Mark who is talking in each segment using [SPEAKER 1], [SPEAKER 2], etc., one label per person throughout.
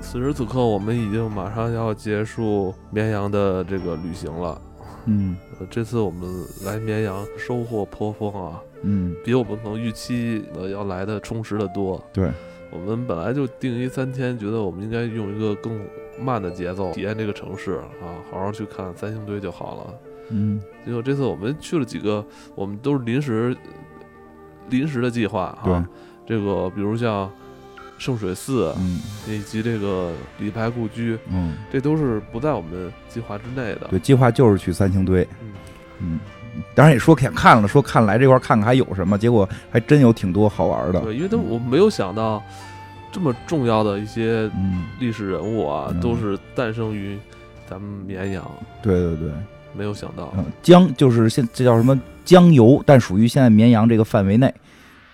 [SPEAKER 1] 此时此刻，我们已经马上要结束绵阳的这个旅行了。
[SPEAKER 2] 嗯
[SPEAKER 1] 呃这次我们来绵阳，收获颇丰啊，
[SPEAKER 2] 嗯，
[SPEAKER 1] 比我们可能预期呃要来的充实的多。
[SPEAKER 2] 对，
[SPEAKER 1] 我们本来就定一三天，觉得我们应该用一个更慢的节奏体验这个城市啊，好好去看三星堆就好了。
[SPEAKER 2] 嗯
[SPEAKER 1] 结果这次我们去了几个，我们都是临时临时的计划
[SPEAKER 2] 对
[SPEAKER 1] 啊。，这个比如像圣水寺
[SPEAKER 2] 嗯
[SPEAKER 1] 以及这个李白故居，
[SPEAKER 2] 嗯，
[SPEAKER 1] 这都是不在我们计划之内的。
[SPEAKER 2] 对，计划就是去三星堆
[SPEAKER 1] 嗯，
[SPEAKER 2] 嗯，当然也说看看了，说看来这块儿看看还有什么，结果还真有挺多好玩的，
[SPEAKER 1] 对，因为他们我没有想到这么重要的一些
[SPEAKER 2] 嗯，
[SPEAKER 1] 历史人物啊
[SPEAKER 2] 嗯，
[SPEAKER 1] 都是诞生于咱们绵阳，
[SPEAKER 2] 对对
[SPEAKER 1] 哦
[SPEAKER 2] 对，
[SPEAKER 1] 没有想到。
[SPEAKER 2] 嗯，江就是现这叫什么江油，但属于现在绵阳这个范围内，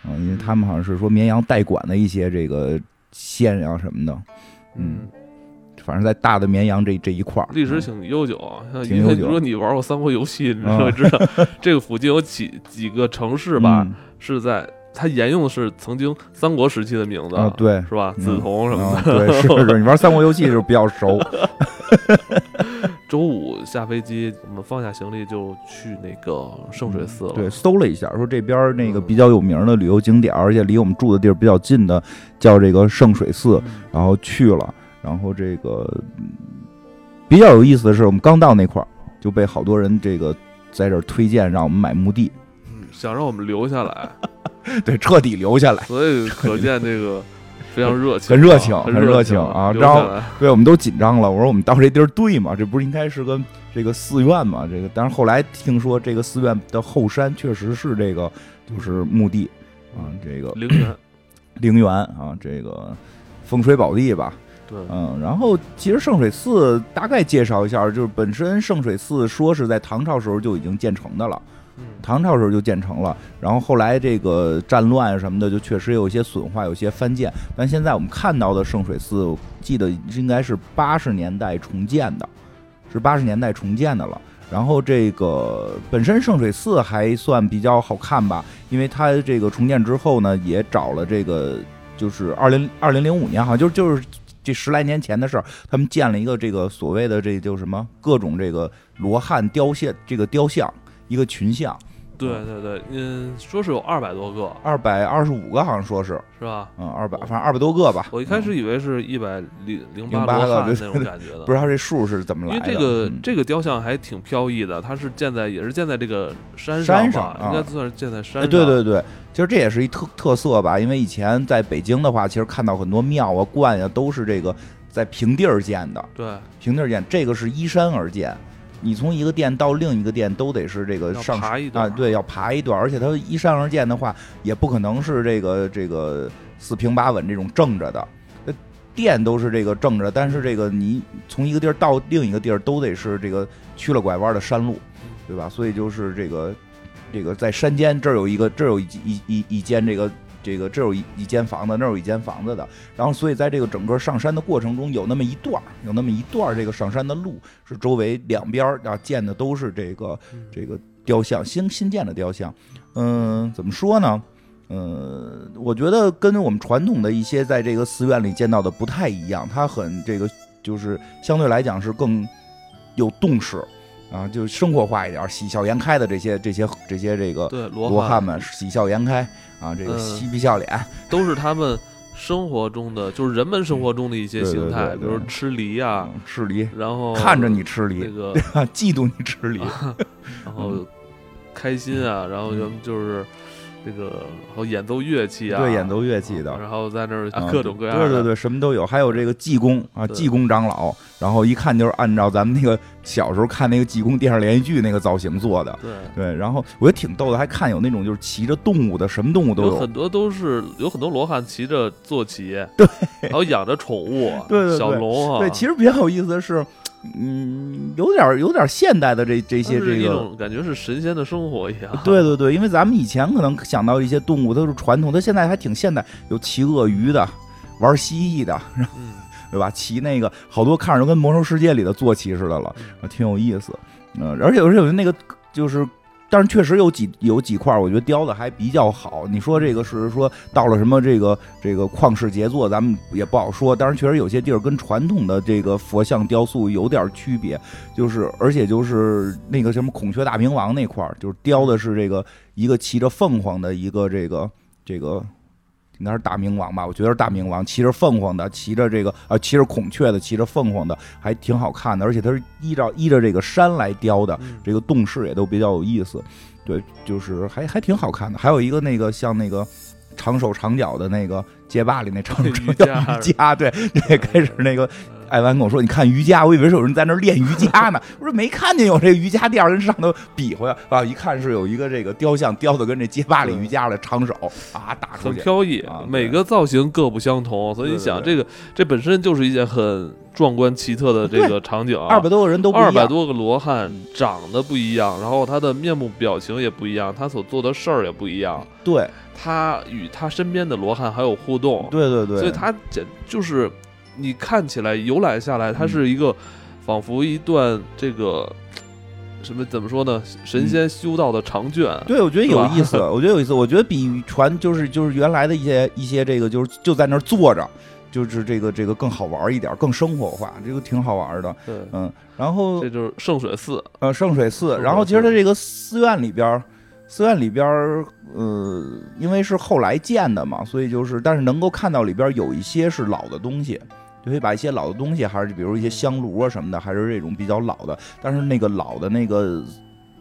[SPEAKER 2] 嗯，因为他们好像是说绵阳代管的一些这个县啊什么的，嗯
[SPEAKER 1] 嗯，
[SPEAKER 2] 反正在大的绵阳这这一块儿，嗯
[SPEAKER 1] 历史挺悠久啊，像
[SPEAKER 2] 挺
[SPEAKER 1] 因为
[SPEAKER 2] 悠久
[SPEAKER 1] 如果你玩过三国游戏， 你
[SPEAKER 2] 啊
[SPEAKER 1] 就会知道这个附近有几几个城市
[SPEAKER 2] 是
[SPEAKER 1] 吧，是在它沿用的是曾经三国时期的名字
[SPEAKER 2] 啊，对，
[SPEAKER 1] 是吧？梓
[SPEAKER 2] 嗯
[SPEAKER 1] 潼什么的。
[SPEAKER 2] 啊对，是是，你玩三国游戏是比较熟，
[SPEAKER 1] 周五下飞机，我们放下行李就去那个圣水寺了。
[SPEAKER 2] 嗯对，搜了一嗯下，说这边儿那个比较有名的旅游景点儿，而且离我们住的地儿比较近的，叫这个圣水寺，
[SPEAKER 1] 嗯，
[SPEAKER 2] 然后去了，然后这个嗯比较有意思的是，我们刚到那块儿就被好多人这个在这儿推荐让我们买墓地，
[SPEAKER 1] 嗯想让我们留下来，
[SPEAKER 2] 对，彻底留下来。
[SPEAKER 1] 所以可见这 个非常热情啊，
[SPEAKER 2] 很热情
[SPEAKER 1] 很
[SPEAKER 2] 很热情啊
[SPEAKER 1] 留
[SPEAKER 2] 然后
[SPEAKER 1] 下来
[SPEAKER 2] 对，我们都紧张了。我说我们到这地儿对吗？这不是应该是个这个寺院吗？这个，但是后来听说这个寺院的后山确实是这个就是墓地啊，这个
[SPEAKER 1] 陵 园，
[SPEAKER 2] 陵园啊，这个风水宝地吧。
[SPEAKER 1] 对，
[SPEAKER 2] 嗯，然后其实圣水寺大概介绍一下，就是本身圣水寺说是在唐朝时候就已经建成的了，
[SPEAKER 1] 嗯
[SPEAKER 2] 唐朝时候就建成了，然后后来这个战乱什么的，就确实有一些损坏，有一些翻建。但现在我们看到的圣水寺，我记得应该是八十年代重建的，是八十年代重建的了。然后这个本身圣水寺还算比较好看吧，因为它这个重建之后呢，也找了这个就是二零二零零五年，好像就就是这十来年前的事儿，他们建了一个这个所谓的这就什么各种这个罗汉雕像，这个雕像一个群像，
[SPEAKER 1] 对对对，嗯，说是有二百多个，
[SPEAKER 2] 二百二十五个好像说是，
[SPEAKER 1] 是吧？
[SPEAKER 2] 嗯，二百反正二百多个吧。
[SPEAKER 1] 我一开始以为是一百零零八
[SPEAKER 2] 08个
[SPEAKER 1] 罗汉
[SPEAKER 2] 对
[SPEAKER 1] 那 种感觉的，
[SPEAKER 2] 嗯不知道这数是怎么
[SPEAKER 1] 因
[SPEAKER 2] 来
[SPEAKER 1] 为这
[SPEAKER 2] 的。
[SPEAKER 1] 个
[SPEAKER 2] 嗯
[SPEAKER 1] 这个雕像还挺飘逸的，它是建在也是建在这个山
[SPEAKER 2] 山上
[SPEAKER 1] 吧，
[SPEAKER 2] 啊
[SPEAKER 1] 应该算是建在山上。
[SPEAKER 2] 哎，对对对，其实这也是一特特色吧，因为以前在北京的话，其实看到很多庙啊、观啊，都是这个在平地儿建的，
[SPEAKER 1] 对，
[SPEAKER 2] 平地儿建，这个是依山而建。你从一个店到另一个店都得是这个
[SPEAKER 1] 要
[SPEAKER 2] 上
[SPEAKER 1] 爬一段
[SPEAKER 2] 啊，对，要爬一段，而且它依山而建的话，也不可能是这个这个四平八稳这种正着的。呃店都是这个正着，但是这个你从一个地儿到另一个地儿都得是这个曲了拐弯的山路，对吧？所以就是这个这个在山间这儿有一个这儿有一一一一间这个这个这儿有一一间房子，那儿有一间房子的。然后所以在这个整个上山的过程中，有那么一段儿有那么一段儿这个上山的路是周围两边儿啊建的都是这个
[SPEAKER 1] 嗯
[SPEAKER 2] 这个雕像，新新建的雕像。嗯，怎么说呢？呃，我觉得跟我们传统的一些在这个寺院里见到的不太一样，它很这个就是相对来讲是更有动势啊，就是生活化一点儿，喜笑颜开的这些这些这些这个
[SPEAKER 1] 对罗
[SPEAKER 2] 罗汉
[SPEAKER 1] 汉
[SPEAKER 2] 们喜笑颜开啊，这个
[SPEAKER 1] 嗯
[SPEAKER 2] 嬉皮笑脸，
[SPEAKER 1] 都是他们生活中的，就是人们生活中的一些
[SPEAKER 2] 对对
[SPEAKER 1] 形态，
[SPEAKER 2] 对对
[SPEAKER 1] 比如吃梨啊，
[SPEAKER 2] 嗯吃梨，
[SPEAKER 1] 然后
[SPEAKER 2] 看着你吃
[SPEAKER 1] 那
[SPEAKER 2] 梨，
[SPEAKER 1] 个，
[SPEAKER 2] 嫉妒你吃梨，
[SPEAKER 1] 啊然后开心啊，然后
[SPEAKER 2] 嗯
[SPEAKER 1] 人们就是那个，然后演奏乐器啊，
[SPEAKER 2] 对，演奏乐器的。
[SPEAKER 1] 然后在那儿
[SPEAKER 2] 啊
[SPEAKER 1] 各种各样
[SPEAKER 2] 对对
[SPEAKER 1] 的
[SPEAKER 2] 对，什么都有，还有这个济公啊，
[SPEAKER 1] 对
[SPEAKER 2] 济公长老，然后一看就是按照咱们那个小时候看那个济公电视连续剧那个造型做的，
[SPEAKER 1] 对。
[SPEAKER 2] 对，然后我觉得挺逗的，还看有那种就是骑着动物的，什么动物都
[SPEAKER 1] 有
[SPEAKER 2] 有，
[SPEAKER 1] 很多都是有很多罗汉骑着坐骑，对，然后养着宠物，
[SPEAKER 2] 对对对
[SPEAKER 1] 小龙啊，
[SPEAKER 2] 对，其实比较有意思的是，嗯，有点有点现代的这这
[SPEAKER 1] 它是
[SPEAKER 2] 些这
[SPEAKER 1] 一
[SPEAKER 2] 个
[SPEAKER 1] 种感觉是神仙的生活一样，
[SPEAKER 2] 对对对，因为咱们以前可能想到一些动物都是传统，它现在还挺现代，有骑鳄鱼的，玩蜥蜴的，然后
[SPEAKER 1] 嗯
[SPEAKER 2] 对吧？骑那个好多看着就跟魔兽世界里的坐骑似的了，啊挺有意思。嗯、而且而且有那个就是但是确实有几有几块，我觉得雕的还比较好。你说这个是说到了什么这个这个旷世杰作，咱们也不好说。但是确实有些地儿跟传统的这个佛像雕塑有点区别，就是而且就是那个什么孔雀大明王那块儿，就是雕的是这个一个骑着凤凰的一个这个这个。应该是大明王吧，我觉得是大明王，骑着凤凰的，骑着这个啊，骑着孔雀的，骑着凤凰的，还挺好看的，而且它是依照依着这个山来雕的，
[SPEAKER 1] 嗯
[SPEAKER 2] 这个动势也都比较有意思，对，就是还还挺好看的。还有一个那个像那个长手长脚的那个街霸里那 长手长脚
[SPEAKER 1] 瑜伽嗯
[SPEAKER 2] 瑜伽，对，对，开始那个艾文跟我说你看瑜伽，我以为是有人在那儿练瑜伽呢，我说没看见有这瑜伽垫儿，人上头比划呀，啊，一看是有一个这个雕像雕的跟这街霸里瑜伽的长手啊打出
[SPEAKER 1] 很
[SPEAKER 2] 去，
[SPEAKER 1] 飘逸
[SPEAKER 2] 啊，对
[SPEAKER 1] 每个造型各不相同，所以你想，
[SPEAKER 2] 对
[SPEAKER 1] 这个这本身就是一件很壮观奇特的这个场景啊。
[SPEAKER 2] 二百多个人都不一
[SPEAKER 1] 二
[SPEAKER 2] 样嗯
[SPEAKER 1] 百多个罗汉长得不一样，然后他的面部表情也不一样，他所做的事儿也不一样，
[SPEAKER 2] 对
[SPEAKER 1] 他与他身边的罗汉还有互动，
[SPEAKER 2] 对对对，
[SPEAKER 1] 所以他简就是你看起来游览下来，
[SPEAKER 2] 嗯
[SPEAKER 1] 它是一个仿佛一段这个什么怎么说呢，神仙修道的长卷。
[SPEAKER 2] 对，我觉得
[SPEAKER 1] 是
[SPEAKER 2] 有
[SPEAKER 1] 吧
[SPEAKER 2] 意思，我觉得有意思，我觉得比传就是就是原来的一些一些这个就是就在那儿坐着，就是这个这个更好玩一点，更生活化，这个挺好玩的。
[SPEAKER 1] 对，
[SPEAKER 2] 嗯，然后
[SPEAKER 1] 这就是圣水寺，
[SPEAKER 2] 呃圣水寺，
[SPEAKER 1] 圣
[SPEAKER 2] 然后
[SPEAKER 1] 水
[SPEAKER 2] 其实它
[SPEAKER 1] 寺
[SPEAKER 2] 这个寺院里边儿。寺院里边儿，呃，因为是后来建的嘛，所以就是，但是能够看到里边儿有一些是老的东西，就可以把一些老的东西，还是比如一些香炉啊什么的，还是这种比较老的，但是那个老的那个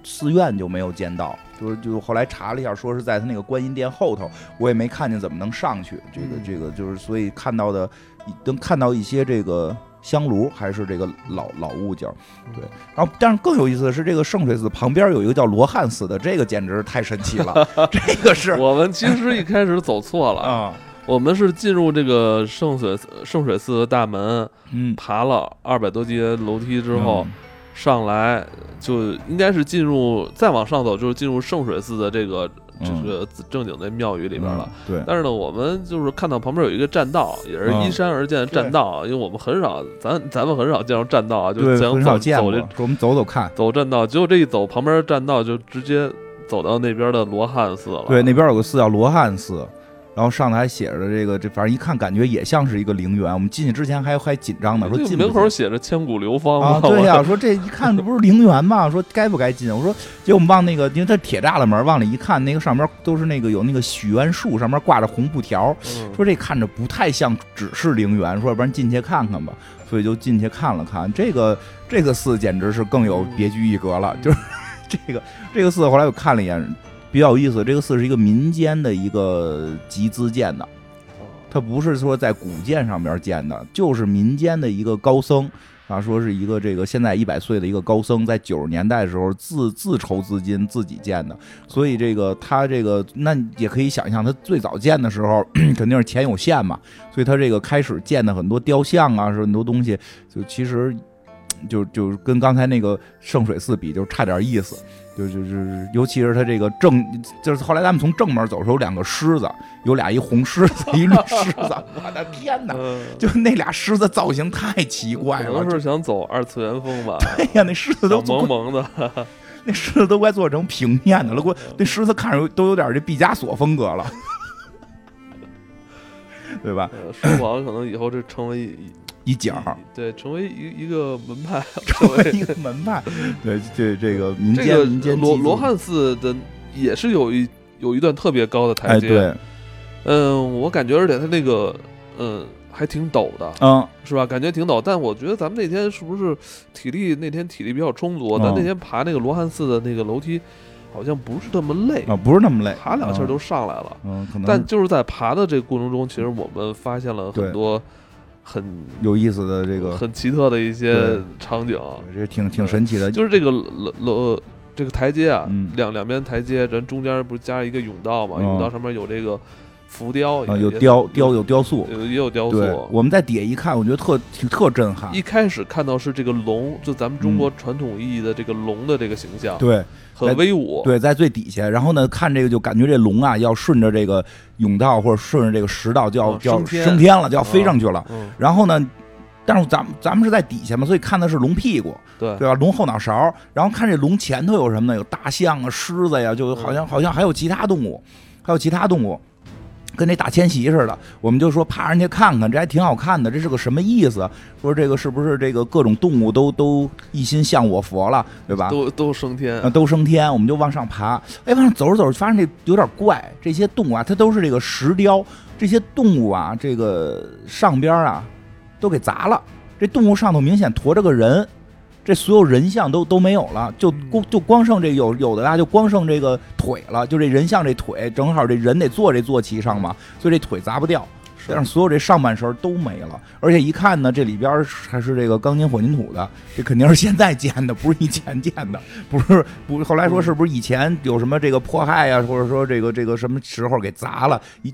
[SPEAKER 2] 寺院就没有见到，就是就后来查了一下，说是在他那个观音殿后头，我也没看见怎么能上去。这个
[SPEAKER 1] 嗯
[SPEAKER 2] 这个就是，所以看到的能看到一些这个香炉，还是这个老老物件儿。对，然后但是更有意思的是，这个圣水寺旁边有一个叫罗汉寺的，这个简直太神奇 了，这个是
[SPEAKER 1] 我们其实一开始走错了，
[SPEAKER 2] 啊，
[SPEAKER 1] 我们是进入这个圣水圣水寺的大门，
[SPEAKER 2] 嗯，
[SPEAKER 1] 爬了二百多级楼梯之后，上来就应该是进入，再往上走就是进入圣水寺的这个
[SPEAKER 2] 嗯
[SPEAKER 1] 这个正经的庙宇里
[SPEAKER 2] 里
[SPEAKER 1] 边了。，
[SPEAKER 2] 嗯对，
[SPEAKER 1] 但是呢，我们就是看到旁边有一个栈道，也是依山而建的栈道，啊，因为我们很少，咱咱们很少见到栈道啊，就
[SPEAKER 2] 嗯对，
[SPEAKER 1] 想
[SPEAKER 2] 很
[SPEAKER 1] 走
[SPEAKER 2] 少见
[SPEAKER 1] 走
[SPEAKER 2] 过，
[SPEAKER 1] 这
[SPEAKER 2] 说我们走走看。
[SPEAKER 1] 走栈道，结果这一走，旁边栈道就直接走到那边的罗汉寺了。
[SPEAKER 2] 对，那边有个寺叫罗汉寺，然后上头还写着这个，这反正一看感觉也像是一个陵园。我们进去之前还还紧张呢，说
[SPEAKER 1] 这个
[SPEAKER 2] 进不
[SPEAKER 1] 门口
[SPEAKER 2] 进
[SPEAKER 1] 写着“千古流芳”
[SPEAKER 2] 啊，
[SPEAKER 1] 嘛，
[SPEAKER 2] 对
[SPEAKER 1] 我
[SPEAKER 2] 呀、说这一看这不是陵园吗？说该不该进？我说，结果我们往那个，因为它铁栅栏门往里一看，那个上面都是那个有那个许愿树，上面挂着红布条，
[SPEAKER 1] 嗯
[SPEAKER 2] 说这 看着不太像只是陵园，说要不然进去看看吧。所以就进去看了看，这个这个寺简直是更有别具一格了， 就是这个这个寺后来我看了一眼，比较有意思。这个寺是一个民间的一个集资建的，它不是说在古建上面建的，就是民间的一个高僧啊，说是一个这个现在一百岁的一个高僧，在九十年代的时候自自筹资金自己建的，所以这个他这个那你也可以想象，他最早建的时候肯定是钱有限嘛，所以他这个开始建的很多雕像啊，是很多东西就其实。就就是跟刚才那个圣水寺比，就差点意思，就就就是，尤其是他这个正，就是后来咱们从正门走的时候，有两个狮子，有俩一红狮子，一绿狮子，我的天哪！
[SPEAKER 1] 嗯
[SPEAKER 2] 就那俩狮子造型太奇怪
[SPEAKER 1] 可
[SPEAKER 2] 了，
[SPEAKER 1] 能
[SPEAKER 2] 就是
[SPEAKER 1] 想走二次元风吧，
[SPEAKER 2] 哎呀，那狮子 都
[SPEAKER 1] 想萌
[SPEAKER 2] 做
[SPEAKER 1] 萌 的。
[SPEAKER 2] 那狮子都快做成平面的了，我那狮子看着有都有点这毕加索风格了， 对吧？
[SPEAKER 1] 呃书房可能以后这成为一
[SPEAKER 2] 一角儿，
[SPEAKER 1] 对，成为一一个门 派，
[SPEAKER 2] 成为一个门派，对这这个民
[SPEAKER 1] 这
[SPEAKER 2] 间
[SPEAKER 1] 个
[SPEAKER 2] 民间
[SPEAKER 1] 罗
[SPEAKER 2] 祭祖
[SPEAKER 1] 罗汉寺的也是有一有一段特别高的台
[SPEAKER 2] 哎
[SPEAKER 1] 阶。
[SPEAKER 2] 对，
[SPEAKER 1] 嗯，我感觉而且它那个嗯还挺陡的，
[SPEAKER 2] 嗯
[SPEAKER 1] 是吧？感觉挺陡，但我觉得咱们那天是不是体力那天体力比较充足？咱
[SPEAKER 2] 嗯
[SPEAKER 1] 那天爬那个罗汉寺的那个楼梯，好像不是那么累，
[SPEAKER 2] 啊不是那么累，
[SPEAKER 1] 爬两下
[SPEAKER 2] 嗯
[SPEAKER 1] 都上来了。
[SPEAKER 2] 嗯可能
[SPEAKER 1] 但就是在爬的这个过程中，其实我们发现了
[SPEAKER 2] 对
[SPEAKER 1] 很多很
[SPEAKER 2] 有意思的这个
[SPEAKER 1] 很奇特的一些
[SPEAKER 2] 对
[SPEAKER 1] 场景，啊
[SPEAKER 2] 这挺挺神奇的，
[SPEAKER 1] 就是这个楼楼这个台阶啊，
[SPEAKER 2] 嗯
[SPEAKER 1] 两两边台阶，咱中间不是加了一个甬道嘛？
[SPEAKER 2] 嗯
[SPEAKER 1] 甬道上面有这个浮雕，
[SPEAKER 2] 啊
[SPEAKER 1] 也
[SPEAKER 2] 有
[SPEAKER 1] 也
[SPEAKER 2] 雕雕有雕塑，
[SPEAKER 1] 有也有雕
[SPEAKER 2] 对，
[SPEAKER 1] 塑。
[SPEAKER 2] 我们在底下一看，我觉得特挺特震撼
[SPEAKER 1] 一，开始看到是这个龙，就咱们中国传统意义的这个龙的这个形象，
[SPEAKER 2] 对
[SPEAKER 1] 很威武。
[SPEAKER 2] 对，在最底下，然后呢看这个就感觉这龙啊要顺着这个甬道或者顺着这个石道就要
[SPEAKER 1] 嗯
[SPEAKER 2] 就要
[SPEAKER 1] 升天
[SPEAKER 2] 升天了，就要飞上去了，
[SPEAKER 1] 嗯，
[SPEAKER 2] 然后呢，但是咱们咱们是在底下嘛，所以看的是龙屁股，
[SPEAKER 1] 对
[SPEAKER 2] 对吧？龙后脑勺，然后看这龙前头有什么呢？有大象啊、狮子呀、就好像好像还有其他动物，还有其他动物，跟这大迁徙似的。我们就说爬上去看看，这还挺好看的，这是个什么意思？说这个是不是这个各种动物都都一心向我佛了，对吧？
[SPEAKER 1] 都都升天
[SPEAKER 2] 啊，，都升天，我们就往上爬。哎，往上走着走着，发现这有点怪，这些动物啊，它都是这个石雕，这些动物啊，这个上边啊都给砸了，这动物上头明显驮着个人。这所有人像都都没有了，就
[SPEAKER 1] 嗯
[SPEAKER 2] 光就光剩这有有的啊，就光剩这个腿了，就这人像这腿，正好这人得坐这坐骑上嘛，所以这腿砸不掉。但是所有这上半身都没了，而且一看呢，这里边儿还是这个钢筋混凝土的，这肯定是现在建的，不是以前建的，不是不是。后来说是不是以前有什么这个迫害呀、或者说这个这个什么时候给砸了？一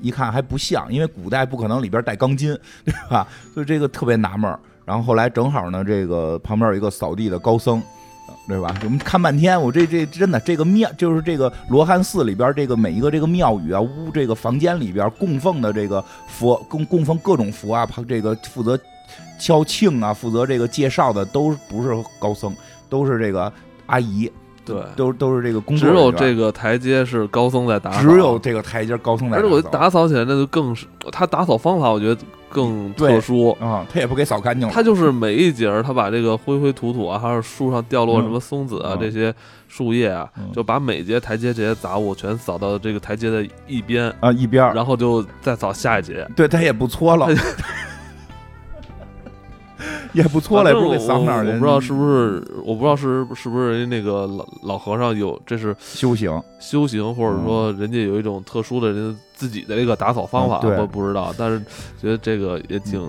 [SPEAKER 2] 一看还不像，因为古代不可能里边带钢筋， 对吧？所以这个特别纳闷儿。然后后来正好呢，这个旁边有一个扫地的高僧。对吧？我们看半天，我这这真的这个庙就是这个罗汉寺里边这个每一个这个庙宇啊屋这个房间里边供奉的这个佛供供奉各种佛啊，这个负责敲磬啊，负责这个介绍的都不是高僧，都是这个阿姨，
[SPEAKER 1] 对，
[SPEAKER 2] 都都是这个工
[SPEAKER 1] 只
[SPEAKER 2] 作人
[SPEAKER 1] 有
[SPEAKER 2] 员。
[SPEAKER 1] 这个台阶是高僧在打扫，
[SPEAKER 2] 只有这个台阶高僧来
[SPEAKER 1] 而
[SPEAKER 2] 打
[SPEAKER 1] 且
[SPEAKER 2] 扫。
[SPEAKER 1] 我觉得打扫起来那就更是，他打扫方法我觉得更特
[SPEAKER 2] 对
[SPEAKER 1] 殊。
[SPEAKER 2] 啊、他也不给扫干净了。
[SPEAKER 1] 他就是每一节儿，他把这个灰灰土土啊，还有树上掉落什么松子啊、
[SPEAKER 2] 嗯
[SPEAKER 1] 这些树叶啊，
[SPEAKER 2] 嗯
[SPEAKER 1] 就把每节台阶这些杂物全扫到这个台阶的一边，
[SPEAKER 2] 啊，一边儿
[SPEAKER 1] 然后就再扫下一节。
[SPEAKER 2] 对他也不搓了， 也不搓了，也
[SPEAKER 1] 反
[SPEAKER 2] 不
[SPEAKER 1] 正
[SPEAKER 2] 给扫哪儿
[SPEAKER 1] 我
[SPEAKER 2] 去。
[SPEAKER 1] 我不知道是不是，我不知道是是不是人家那个老老和尚有这是
[SPEAKER 2] 修行。
[SPEAKER 1] 修行，或者说人家有一种特殊的人自己的这个打扫方法，
[SPEAKER 2] 嗯对
[SPEAKER 1] 我不知道，但是觉得这个也挺，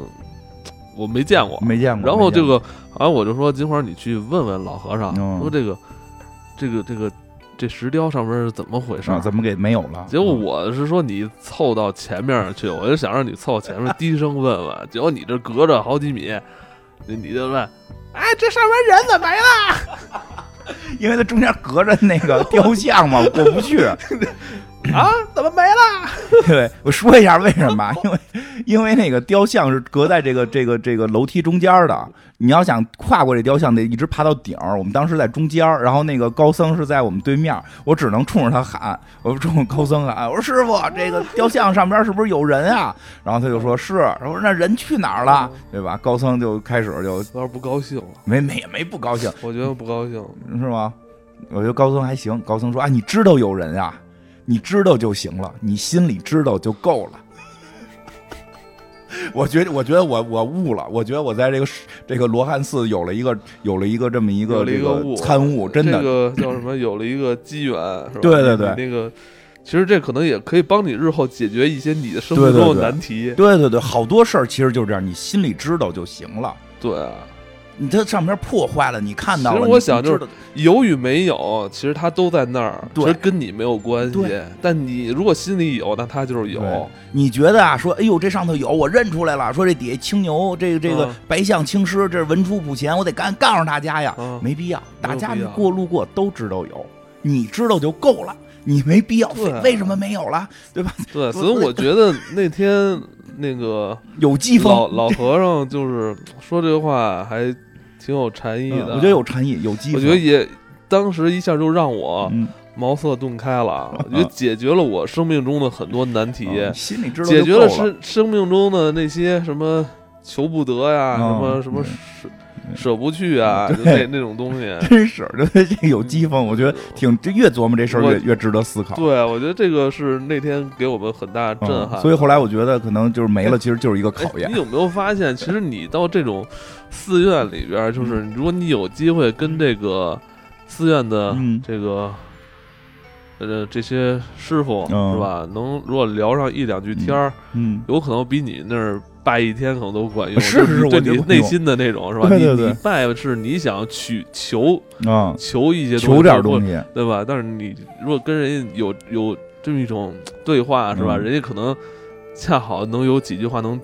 [SPEAKER 1] 我没见过。
[SPEAKER 2] 没见过。
[SPEAKER 1] 然后
[SPEAKER 2] 没见
[SPEAKER 1] 这
[SPEAKER 2] 过
[SPEAKER 1] 个，好像我就说金花，你去问问老和尚，
[SPEAKER 2] 嗯
[SPEAKER 1] 说这个，这个，这个，这石雕上面是怎么回事
[SPEAKER 2] 啊，？怎么给嗯没有了？
[SPEAKER 1] 结果我是说你凑到前面去，我就想让你凑前面低声问问，结果你这隔着好几米，你你就问，
[SPEAKER 2] 哎，这上面人怎么没了？因为它中间隔着那个雕像嘛，我过不去。
[SPEAKER 1] 啊，怎么没了？
[SPEAKER 2] 对，我说一下为什么啊，因为因为那个雕像是隔在这个这个这个楼梯中间的，你要想跨过这雕像，得一直爬到顶儿。我们当时在中间儿，然后那个高僧是在我们对面儿，我只能冲着他喊，我冲着高僧喊，我说师傅，这个雕像上边是不是有人啊？然后他就说是，我说那人去哪儿了？对吧？高僧就开始就
[SPEAKER 1] 有点不高兴了，
[SPEAKER 2] 没没也没不高兴，
[SPEAKER 1] 我觉得不高兴了。
[SPEAKER 2] 是吗？我觉得高僧还行。高僧说：“啊，你知道有人啊，你知道就行了，你心里知道就够了。” 我觉得，我觉得我我悟了，我觉得我在这个这个罗汉寺有了一个有了一个这么一
[SPEAKER 1] 有
[SPEAKER 2] 个
[SPEAKER 1] 了一
[SPEAKER 2] 这
[SPEAKER 1] 个悟
[SPEAKER 2] 参悟， 真的
[SPEAKER 1] 这个叫什么？有了一个机缘，是吧？
[SPEAKER 2] 对对对
[SPEAKER 1] 你那个其实这可能也可以帮你日后解决一些你的生活
[SPEAKER 2] 对对
[SPEAKER 1] 中的
[SPEAKER 2] 对
[SPEAKER 1] 难题。
[SPEAKER 2] 对对对，好多事儿其实就是这样，你心里知道就行了。
[SPEAKER 1] 对啊，
[SPEAKER 2] 你这上面破坏了，你看到了，
[SPEAKER 1] 其实
[SPEAKER 2] 你
[SPEAKER 1] 我想就是
[SPEAKER 2] 你知道
[SPEAKER 1] 有与没有，其实它都在那儿，其
[SPEAKER 2] 对
[SPEAKER 1] 实跟你没有关系
[SPEAKER 2] 对。
[SPEAKER 1] 但你如果心里有，那它就是有。
[SPEAKER 2] 对你觉得啊，说哎呦这上头有，我认出来了，说这底下青牛，这个这个
[SPEAKER 1] 嗯
[SPEAKER 2] 白象青狮，这是文出不前，我得赶紧告诉大家呀，
[SPEAKER 1] 嗯
[SPEAKER 2] 没必要，大家
[SPEAKER 1] 没有必要
[SPEAKER 2] 过路过都知道有，你知道就够了。你没必要，
[SPEAKER 1] 对啊
[SPEAKER 2] 为什么没有了？对吧？
[SPEAKER 1] 对，所以我觉得那天那个
[SPEAKER 2] 有季风，
[SPEAKER 1] 老老和尚就是说这话还挺有禅意
[SPEAKER 2] 嗯
[SPEAKER 1] 的。
[SPEAKER 2] 我觉得有，禅意，有季
[SPEAKER 1] 我
[SPEAKER 2] 风。
[SPEAKER 1] 觉得也当时一下就让我
[SPEAKER 2] 嗯，
[SPEAKER 1] 茅塞顿开了，我觉得解决了我生命中的很多难题。
[SPEAKER 2] 嗯心里知道
[SPEAKER 1] 解
[SPEAKER 2] 就
[SPEAKER 1] 决
[SPEAKER 2] 够了
[SPEAKER 1] 生生命中的那些什么求不得呀，
[SPEAKER 2] 嗯
[SPEAKER 1] 什么什么
[SPEAKER 2] 对
[SPEAKER 1] 舍舍不去啊，就那
[SPEAKER 2] 对
[SPEAKER 1] 那种东 西。
[SPEAKER 2] 真是，就这个有季风，我觉得挺这越琢磨这事儿
[SPEAKER 1] 嗯我
[SPEAKER 2] 越越值得思考。
[SPEAKER 1] 对，我觉得这个是那天给我们很大震
[SPEAKER 2] 嗯
[SPEAKER 1] 撼。
[SPEAKER 2] 所以后来我觉得可能就是没了，其实就是一个
[SPEAKER 1] 哎
[SPEAKER 2] 考验
[SPEAKER 1] 你。有没有发现，其实你到这种寺院里边儿，就是
[SPEAKER 2] 嗯
[SPEAKER 1] 如果你有机会跟这个寺院的
[SPEAKER 2] 嗯
[SPEAKER 1] 这个。呃，这些师傅、
[SPEAKER 2] 嗯
[SPEAKER 1] 是吧？能如果聊上一两句天儿，
[SPEAKER 2] 嗯，呃
[SPEAKER 1] 有可能比你那儿拜一天可能都管用。
[SPEAKER 2] 是
[SPEAKER 1] 就是你
[SPEAKER 2] 我
[SPEAKER 1] 对
[SPEAKER 2] 觉
[SPEAKER 1] 你
[SPEAKER 2] 得管
[SPEAKER 1] 内
[SPEAKER 2] 用
[SPEAKER 1] 心的那种是吧？
[SPEAKER 2] 对对
[SPEAKER 1] 你
[SPEAKER 2] 对
[SPEAKER 1] 你拜是你想去求
[SPEAKER 2] 啊，
[SPEAKER 1] 求一些
[SPEAKER 2] 求点东
[SPEAKER 1] 西，
[SPEAKER 2] 西。
[SPEAKER 1] 对吧？但是你如果跟人家有有这么一种对话是吧？
[SPEAKER 2] 嗯
[SPEAKER 1] 人家可能恰好能有几句话能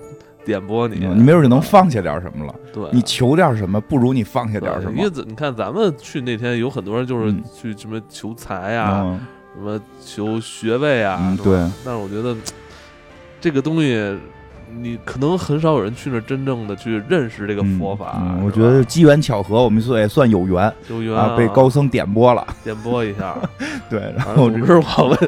[SPEAKER 1] 点拨你，
[SPEAKER 2] 嗯你没准就能放下点什么了。
[SPEAKER 1] 对
[SPEAKER 2] 你求点什么，不如你放下
[SPEAKER 1] 呃对
[SPEAKER 2] 点什
[SPEAKER 1] 因
[SPEAKER 2] 么
[SPEAKER 1] 为。咱你看咱们去那天有很多人就是
[SPEAKER 2] 嗯
[SPEAKER 1] 去什么求财啊，
[SPEAKER 2] 嗯，
[SPEAKER 1] 什么求学位啊，
[SPEAKER 2] 嗯
[SPEAKER 1] 是吧
[SPEAKER 2] 对，
[SPEAKER 1] 但是我觉得这个东西，你可能很少有人去那儿真正的去认识这个
[SPEAKER 2] 嗯
[SPEAKER 1] 佛法。
[SPEAKER 2] 嗯
[SPEAKER 1] 是
[SPEAKER 2] 我
[SPEAKER 1] 吧
[SPEAKER 2] 觉得机缘巧合，我们算也算有缘
[SPEAKER 1] 有缘
[SPEAKER 2] 啊，被高僧点拨了。
[SPEAKER 1] 点播一下。
[SPEAKER 2] 对，然
[SPEAKER 1] 反
[SPEAKER 2] 后
[SPEAKER 1] 正
[SPEAKER 2] 这
[SPEAKER 1] 总之啊我们，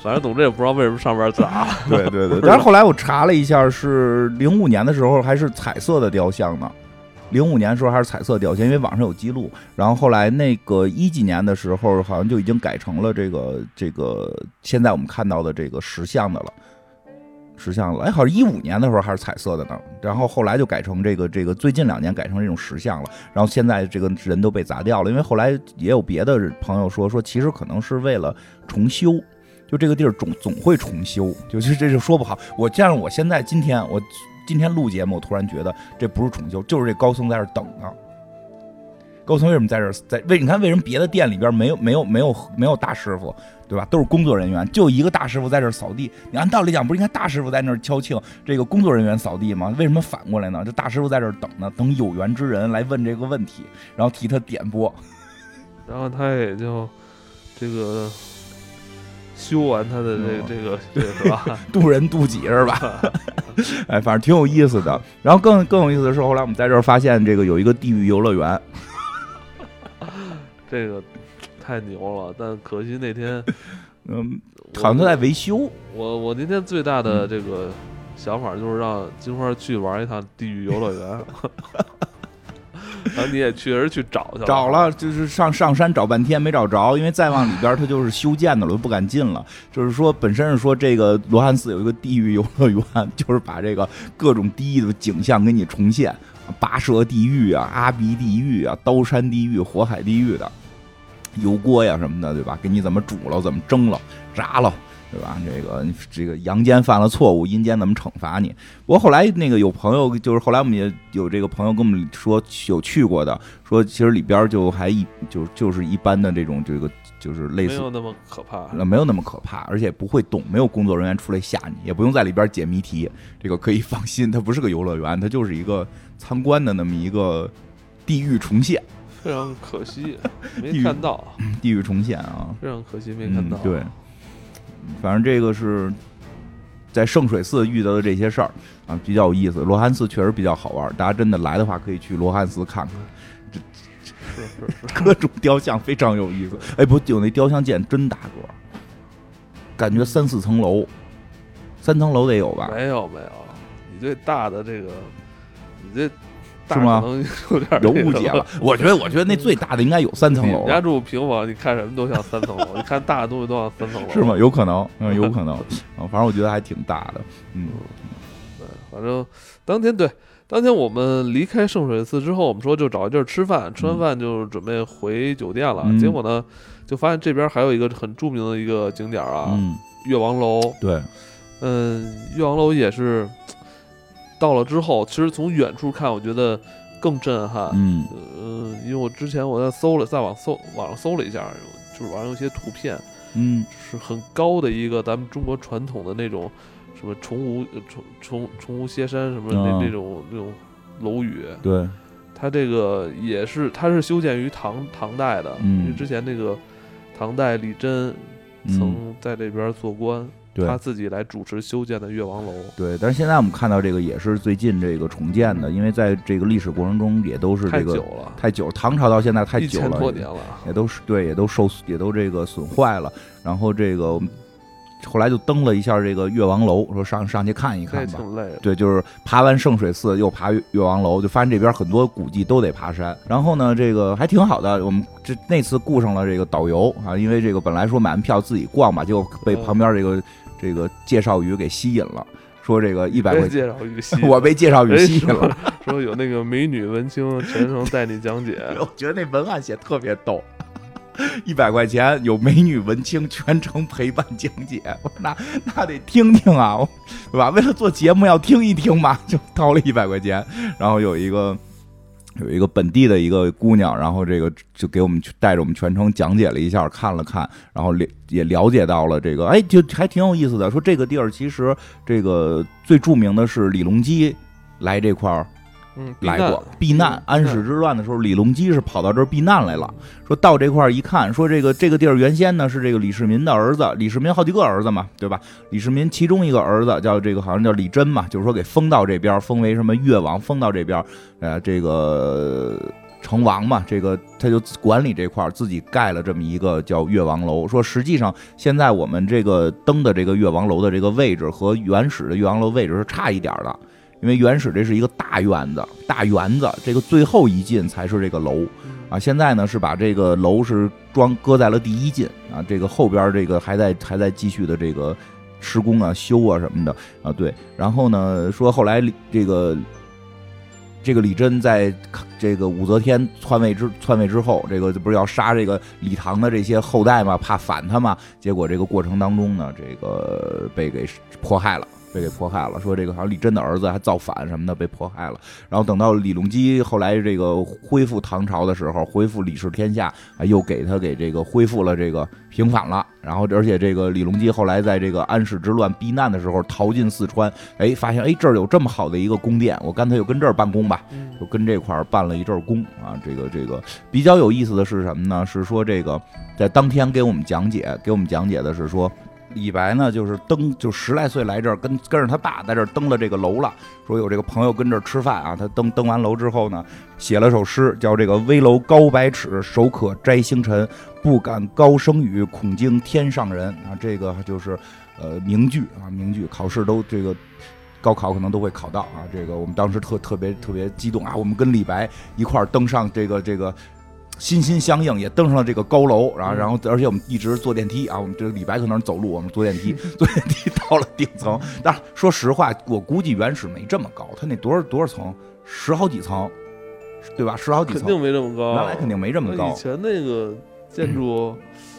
[SPEAKER 1] 反正总之也不知道为什么上边砸了。
[SPEAKER 2] 对对对，但是后来我查了一下，是零五年的时候还是彩色的雕像呢。零五年的时候还是彩色雕像，因为网上有记录。然后后来那个一几年的时候，好像就已经改成了这个这个现在我们看到的这个石像的了，石像了。哎，好像一五年的时候还是彩色的呢。然后后来就改成这个这个，最近两年改成这种石像了。然后现在这个人都被砸掉了，因为后来也有别的朋友说说，其实可能是为了重修。就这个地儿总总会重修，就就这就说不好。我加上我现在今天我今天录节目，我突然觉得这不是重修，就是这高僧在这儿等呢。高僧为什么在这儿在为你看为什么别的店里边没有没有没有没有大师傅，对吧？都是工作人员，就一个大师傅在这儿扫地。你按道理讲，不是应该大师傅在那儿敲磬，这个工作人员扫地吗？为什么反过来呢？这大师傅在这儿等呢，等有缘之人来问这个问题，然后替他点拨。
[SPEAKER 1] 然后他也就这个修完他的这
[SPEAKER 2] 嗯
[SPEAKER 1] 这个 这个是吧？
[SPEAKER 2] 渡人渡己是吧？ 哎，反正挺有意思的。然后更更有意思的是，后来我们在这儿发现这个有一个地狱游乐园，
[SPEAKER 1] 这个太牛了，但可惜那 天
[SPEAKER 2] 嗯，
[SPEAKER 1] 我
[SPEAKER 2] 好像都在维修。
[SPEAKER 1] 我我那天最大
[SPEAKER 2] 嗯
[SPEAKER 1] 的这个想法就是让金花去玩一趟地狱游乐园， 然后你也确实去找去了，
[SPEAKER 2] 找了就是上上山找半天没找着，因为再往里边儿它就是修建的了，我就不敢进了。就是说，本身是说这个罗汉寺有一个地狱游乐园， 就是把这个各种地狱的景象给你重现，拔舌地狱啊、阿鼻地狱啊、刀山地狱、火海地狱的，油锅呀什么的，对吧？给你怎么煮了、怎么蒸了、炸了。对吧？这个这个阳间犯了错误，阴间怎么惩罚你？不过后来那个有朋友，就是后来我们也有这个朋友跟我们说有去过的，说其实里边儿就还一就就是一般的这种这个就是类
[SPEAKER 1] 没
[SPEAKER 2] 似
[SPEAKER 1] 有那么可怕。
[SPEAKER 2] 那没有那么可怕，而且不会动，没有工作人员出来吓你，也不用在里边解谜题，这个可以放心，它不是个游乐园，它就是一个参观的那么一个地狱重现，
[SPEAKER 1] 非常可惜，
[SPEAKER 2] 地
[SPEAKER 1] 没
[SPEAKER 2] 狱
[SPEAKER 1] 看到，
[SPEAKER 2] 地狱重现啊，
[SPEAKER 1] 非常可惜没看
[SPEAKER 2] 嗯
[SPEAKER 1] 到。，
[SPEAKER 2] 对，反正这个是在圣水寺遇到的这些事儿啊，比较有意思。罗汉寺确实比较好玩，大家真的来的话可以去罗汉寺看看。
[SPEAKER 1] 是是是，
[SPEAKER 2] 各种雕像非常有意思。哎，不，有那雕像见真大个儿，感觉三四层楼，三层楼得有 吧？
[SPEAKER 1] 没有没有，你对大的这个，你这大
[SPEAKER 2] 是吗
[SPEAKER 1] 可能有点
[SPEAKER 2] 有
[SPEAKER 1] 那
[SPEAKER 2] 误
[SPEAKER 1] 什
[SPEAKER 2] 解
[SPEAKER 1] 么
[SPEAKER 2] 了。我觉得，我觉得那最大的应该有三层楼啊
[SPEAKER 1] 你
[SPEAKER 2] 了
[SPEAKER 1] 家 住平房，你看什么都像三层楼，你 看大的东西都像三层楼，
[SPEAKER 2] 是？吗？有可能，嗯，有可能。啊，反正我觉得还挺大的。嗯，
[SPEAKER 1] 对，反正当天对，当天我们离开圣水寺之后，我们说就找一地儿吃饭，吃完饭就准备回酒店了。
[SPEAKER 2] 嗯
[SPEAKER 1] 结果呢，就发现这边还有一个很著名的一个景点啊，
[SPEAKER 2] 嗯，
[SPEAKER 1] 越王楼。
[SPEAKER 2] 对，
[SPEAKER 1] 嗯，越王楼也是到了之后，其实从远处看，我觉得更震撼。
[SPEAKER 2] 嗯
[SPEAKER 1] 嗯，因为我之前我在搜了，在网搜网上搜了一下，就是网上有一些图片，
[SPEAKER 2] 嗯
[SPEAKER 1] 是很高的一个咱们中国传统的那种什么重无呃重重重无歇山什么那、
[SPEAKER 2] 啊
[SPEAKER 1] 那种那种楼宇，
[SPEAKER 2] 对，
[SPEAKER 1] 它这个也是它是修建于唐唐代的，
[SPEAKER 2] 嗯
[SPEAKER 1] 因为之前那个唐代李珍
[SPEAKER 2] 嗯
[SPEAKER 1] 曾在这边做官，
[SPEAKER 2] 对
[SPEAKER 1] 他自己来主持修建的越王楼。
[SPEAKER 2] 对。但是现在我们看到这个也是最近这个重建的，因为在这个历史过程中也都是
[SPEAKER 1] 嗯太
[SPEAKER 2] 这
[SPEAKER 1] 久
[SPEAKER 2] 个
[SPEAKER 1] 了，
[SPEAKER 2] 太久，唐朝到现在太
[SPEAKER 1] 一
[SPEAKER 2] 久
[SPEAKER 1] 千
[SPEAKER 2] 了，
[SPEAKER 1] 多年了，
[SPEAKER 2] 也都是对，也都受也都这个损坏了。然后这个后来就登了一下这个越王楼，说上上去看一
[SPEAKER 1] 这也
[SPEAKER 2] 看吧。
[SPEAKER 1] 挺累的。
[SPEAKER 2] 对，就是爬完圣水寺，又爬越越王楼，就发现这边很多古迹都得爬山。然后呢，这个还挺好的，我们这那次雇上了这个导游啊，因为这个本来说买完票自己逛吧，结果被
[SPEAKER 1] 嗯
[SPEAKER 2] 旁边这个这个介绍语给吸引了，说这个一百块
[SPEAKER 1] 别
[SPEAKER 2] 钱，
[SPEAKER 1] 介绍一
[SPEAKER 2] ，
[SPEAKER 1] 个戏
[SPEAKER 2] 我被介绍语吸引了。
[SPEAKER 1] 说有那个美女文青全程带你讲 解，
[SPEAKER 2] 我觉得那文案写特别逗。 一百块钱有美女文青全程陪伴讲解，我说那那得听听啊，我对吧？为了做节目要听一听嘛，就掏了一百块钱，然后有一个有一个本地的一个姑娘，然后这个就给我们去带着我们全程讲解了一下，看了看，然后了也了解到了这个，哎，就还挺有意思的。说这个地儿其实这个最著名的是李隆基来这块儿
[SPEAKER 1] 嗯，避
[SPEAKER 2] 来
[SPEAKER 1] 难
[SPEAKER 2] 过避难
[SPEAKER 1] 嗯。
[SPEAKER 2] 安史之乱的时候，李隆基是跑到这儿避难来了。说到这块儿一看，说这个这个地儿原先呢是这个李世民的儿子，李世民好几个儿子嘛，对吧？李世民其中一个儿子叫这个好像叫李贞嘛，就是说给封到这边儿，封为什么越王，封到这边儿，呃，这个呃成王嘛，这个他就管理这块儿，自己盖了这么一个叫越王楼。说实际上现在我们这个登的这个越王楼的这个位置和原始的越王楼位置是差一点儿的。因为原始这是一个大院子，大园子，这个最后一进才是这个楼啊。现在呢是把这个楼是装搁在了第一进啊，这个后边这个还在还在继续的这个施工啊、修啊什么的啊。对，然后呢说后来李这个这个李真在这个武则天篡位之篡位之后，这个不是要杀这个李唐的这些后代嘛，怕反他嘛。结果这个过程当中呢，这个被给迫害了。被给迫害了，说这个好像李真的儿子还造反什么的被迫害了。然后等到李隆基后来这个恢复唐朝的时候，恢复李氏天下，啊又给他给这个恢复了这个平反了。然后而且这个李隆基后来在这个安史之乱避难的时候逃进四川，哎，发现哎这儿有这么好的一个宫殿，我干脆就跟这儿办公吧。
[SPEAKER 1] 嗯
[SPEAKER 2] 就跟这块儿办了一阵儿工啊。这个这个比较有意思的是什么呢？是说这个在当天给我们讲解，给我们讲解的是说。李白呢，就是登，就十来岁来这儿跟跟着他爸在这儿登了这个楼了，说有这个朋友跟这儿吃饭啊。他登登完楼之后呢，写了首诗，叫这个“危楼高百尺，手可摘星辰，不敢高声语，恐惊天上人”啊。这个就是呃名句啊，名句，考试都这个呃高考可能都会考到啊。这个我们当时特特别特别激动啊，我们跟李白一块儿登上这个这个。心心相印，也登上了这个高楼，然后，
[SPEAKER 1] 嗯
[SPEAKER 2] 然后，而且我们一直坐电梯啊。我们这个李白可能是走路，我们坐电梯，坐电梯到了顶层。但是说实话，我估计原始没这么高，它那多少多少层，十好几层，对吧？十好几
[SPEAKER 1] 肯
[SPEAKER 2] 层，
[SPEAKER 1] 定没这么高，
[SPEAKER 2] 原来肯定没这么
[SPEAKER 1] 那
[SPEAKER 2] 高
[SPEAKER 1] 以，前那个建筑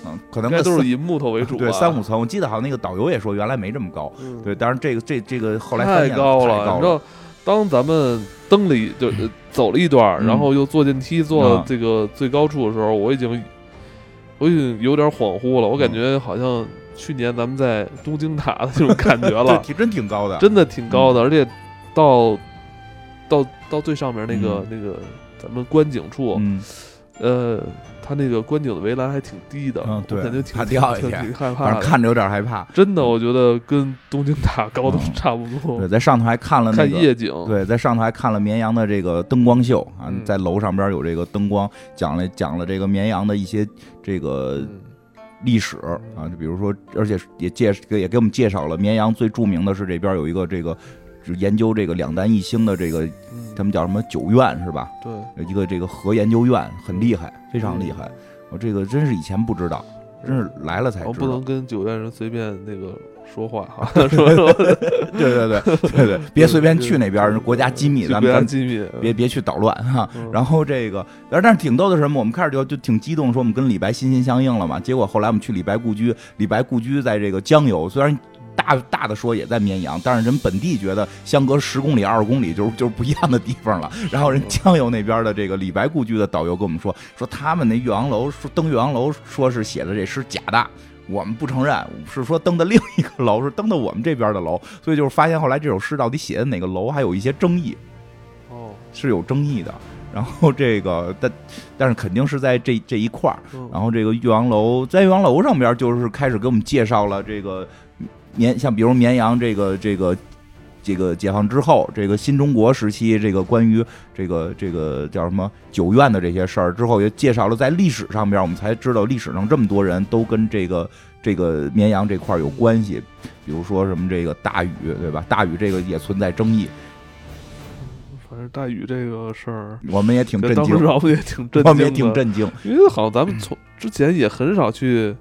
[SPEAKER 2] 嗯，可
[SPEAKER 1] 应
[SPEAKER 2] 能
[SPEAKER 1] 该都
[SPEAKER 2] 三
[SPEAKER 1] 是以木头为主吧，
[SPEAKER 2] 对三五层。我记得好像那个导游也说，原来没这么高。
[SPEAKER 1] 嗯
[SPEAKER 2] 对，当然这个这这个后来
[SPEAKER 1] 太
[SPEAKER 2] 发现
[SPEAKER 1] 高
[SPEAKER 2] 了，太
[SPEAKER 1] 你知道，当咱们登了一就呃走了一段儿，
[SPEAKER 2] 嗯
[SPEAKER 1] 然后又坐电梯坐
[SPEAKER 2] 啊
[SPEAKER 1] 到这个最高处的时候，我已经我已经有点恍惚了，我
[SPEAKER 2] 嗯
[SPEAKER 1] 感觉好像去年咱们在东京塔的这种感觉
[SPEAKER 2] 对，
[SPEAKER 1] 了，
[SPEAKER 2] 挺真挺高的，嗯
[SPEAKER 1] 真的挺高的，而且到到到最上面那个那个咱们观景处，
[SPEAKER 2] 嗯，
[SPEAKER 1] 呃，它那个观景的围栏还挺低的，
[SPEAKER 2] 嗯对
[SPEAKER 1] 我感觉挺
[SPEAKER 2] 怕掉下
[SPEAKER 1] 挺
[SPEAKER 2] 去
[SPEAKER 1] 挺害
[SPEAKER 2] 反
[SPEAKER 1] 怕
[SPEAKER 2] 正
[SPEAKER 1] 的。
[SPEAKER 2] 看着有点害怕。
[SPEAKER 1] 真的，我觉得跟东京塔高度
[SPEAKER 2] 嗯
[SPEAKER 1] 差不多。
[SPEAKER 2] 对，在上头还看了那
[SPEAKER 1] 哦看
[SPEAKER 2] 个
[SPEAKER 1] 夜景，
[SPEAKER 2] 对，在上头还看了绵阳的这个灯光秀啊
[SPEAKER 1] 嗯，
[SPEAKER 2] 在楼上边有这个灯光，讲了讲了这个绵阳的一些这个
[SPEAKER 1] 嗯
[SPEAKER 2] 历史啊，就比如说，而且也介也给我们介绍了绵阳最著名的是这边有一个这个就研究这个两弹一星的这个
[SPEAKER 1] 嗯，
[SPEAKER 2] 他们叫什么九院是吧？
[SPEAKER 1] 对，
[SPEAKER 2] 有一个这个核研究院很厉害，非常
[SPEAKER 1] 嗯
[SPEAKER 2] 厉害。我这个真是以前不知道，真是来了才知
[SPEAKER 1] 我哦
[SPEAKER 2] 道。
[SPEAKER 1] 不能跟九院人随便那个说话 哈，说说
[SPEAKER 2] 对对对对 对，别随便去那边，人国家机密，
[SPEAKER 1] 就
[SPEAKER 2] 咱
[SPEAKER 1] 国
[SPEAKER 2] 们
[SPEAKER 1] 家
[SPEAKER 2] 咱
[SPEAKER 1] 机密，
[SPEAKER 2] 别别去捣乱哈、
[SPEAKER 1] 嗯
[SPEAKER 2] 然后这个，但是但是挺逗的是什么？我们开始就就挺激动，说我们跟李白心心相印了嘛。结果后来我们去李白故居，李白故居在这个江油，虽然。大大的说也在绵阳，但是人本地觉得相隔十公里、二十公里就是就是不一样的地方了。然后人江油那边的这个李白故居的导游跟我们说，说他们那岳阳楼说登岳阳楼说是写的这诗假的，我们不承认，是说登的另一个楼，是登的我们这边的楼。所以就是发现后来这首诗到底写的哪个楼还有一些争议。
[SPEAKER 1] 哦，
[SPEAKER 2] 是有争议的。然后这个， 但但是肯定是在这这一块儿。
[SPEAKER 1] 嗯
[SPEAKER 2] 然后这个岳阳楼，在岳阳楼上边就是开始给我们介绍了这个绵，像比如绵阳这个这个这个解放之后，这个新中国时期，这个关于这个这个叫什么九院的这些事儿之后，也介绍了在历史上边，我们才知道历史上这么多人都跟这个这个绵阳这块儿有关系。比如说什么这个大禹，对吧？大禹这个也存在争议，
[SPEAKER 1] 反正大禹这个事儿，
[SPEAKER 2] 我们也挺震
[SPEAKER 1] 当
[SPEAKER 2] 惊
[SPEAKER 1] 时。我们也挺 震惊，
[SPEAKER 2] 我们也挺，震惊，
[SPEAKER 1] 因为好像咱们从之前也很少去。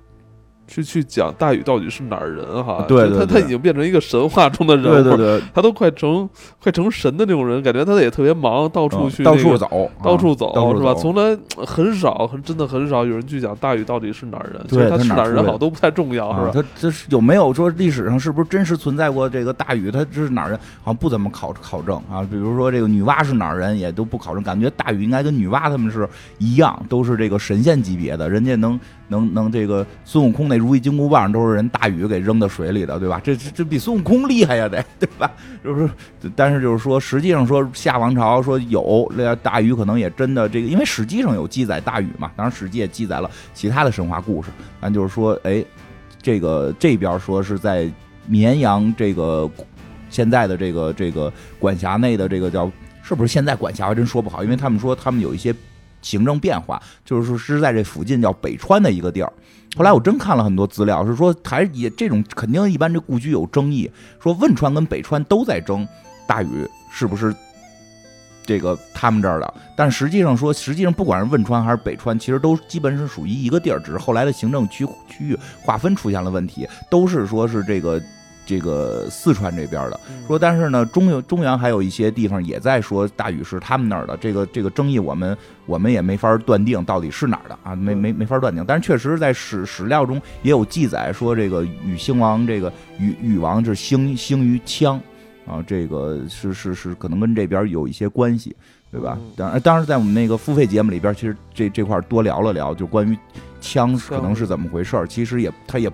[SPEAKER 1] 去去讲大禹到底是哪儿人哈？
[SPEAKER 2] 啊对
[SPEAKER 1] 就
[SPEAKER 2] 对
[SPEAKER 1] 他他
[SPEAKER 2] 对
[SPEAKER 1] 已经变成一个神话中的人物，
[SPEAKER 2] 对对对，
[SPEAKER 1] 他都快成快成神的那种人，感觉他也特别忙，到处去、
[SPEAKER 2] 啊嗯到
[SPEAKER 1] 那
[SPEAKER 2] 处
[SPEAKER 1] 个
[SPEAKER 2] 走，
[SPEAKER 1] 到处
[SPEAKER 2] 啊
[SPEAKER 1] 走
[SPEAKER 2] 到处
[SPEAKER 1] 是吧？
[SPEAKER 2] 走
[SPEAKER 1] 从来呃很少，很真的很少有人去讲大禹到底是哪儿人，其
[SPEAKER 2] 对
[SPEAKER 1] 实他
[SPEAKER 2] 他
[SPEAKER 1] 是
[SPEAKER 2] 哪儿
[SPEAKER 1] 哪儿人
[SPEAKER 2] 出来
[SPEAKER 1] 好像都不太重要，
[SPEAKER 2] 啊
[SPEAKER 1] 是吧？
[SPEAKER 2] 他这是有没有说历史上是不是真实存在过这个大禹？他这是哪儿人？好像不怎么考考证啊。比如说这个女娲是哪儿人，也都不考证。感觉大禹应该跟女娲他们是一样，都是这个神仙级别的，人家能能能这个孙悟空那如意金箍棒都是人大禹给扔到水里的，对吧？这这这比孙悟空厉害呀，得对吧？就是，但是就是说，实际上说夏王朝说有那大禹可能也真的这个，因为史记上有记载大禹嘛，当然史记也记载了其他的神话故事，但就是说，哎，这个这边说是在绵阳这个现在的这个这个管辖内的这个叫是不是现在管辖还真说不好，因为他们说他们有一些行政变化，就是说是在这附近叫北川的一个地儿。后来我真看了很多资料，是说还也这种肯定一般这故居有争议，说汶川跟北川都在争大禹是不是这个他们这儿的，但实际上说实际上不管是汶川还是北川，其实都基本是属于一个地儿，只是后来的行政区区域划分出现了问题，都是说是这个这个四川这边的。说，但是呢，中原中原还有一些地方也在说大禹是他们那儿的，这个这个争议我们我们也没法断定到底是哪儿的啊，没没没法断定。但是确实在史史料中也有记载说，这个禹兴王这个禹禹王是兴兴于羌啊，这个是是是可能跟这边有一些关系，对吧
[SPEAKER 1] 嗯？
[SPEAKER 2] 当然，当然在我们那个付费节目里边，其实这这块儿多聊了聊，就关于羌
[SPEAKER 1] 羌
[SPEAKER 2] 可能是怎么回事儿，其实也它也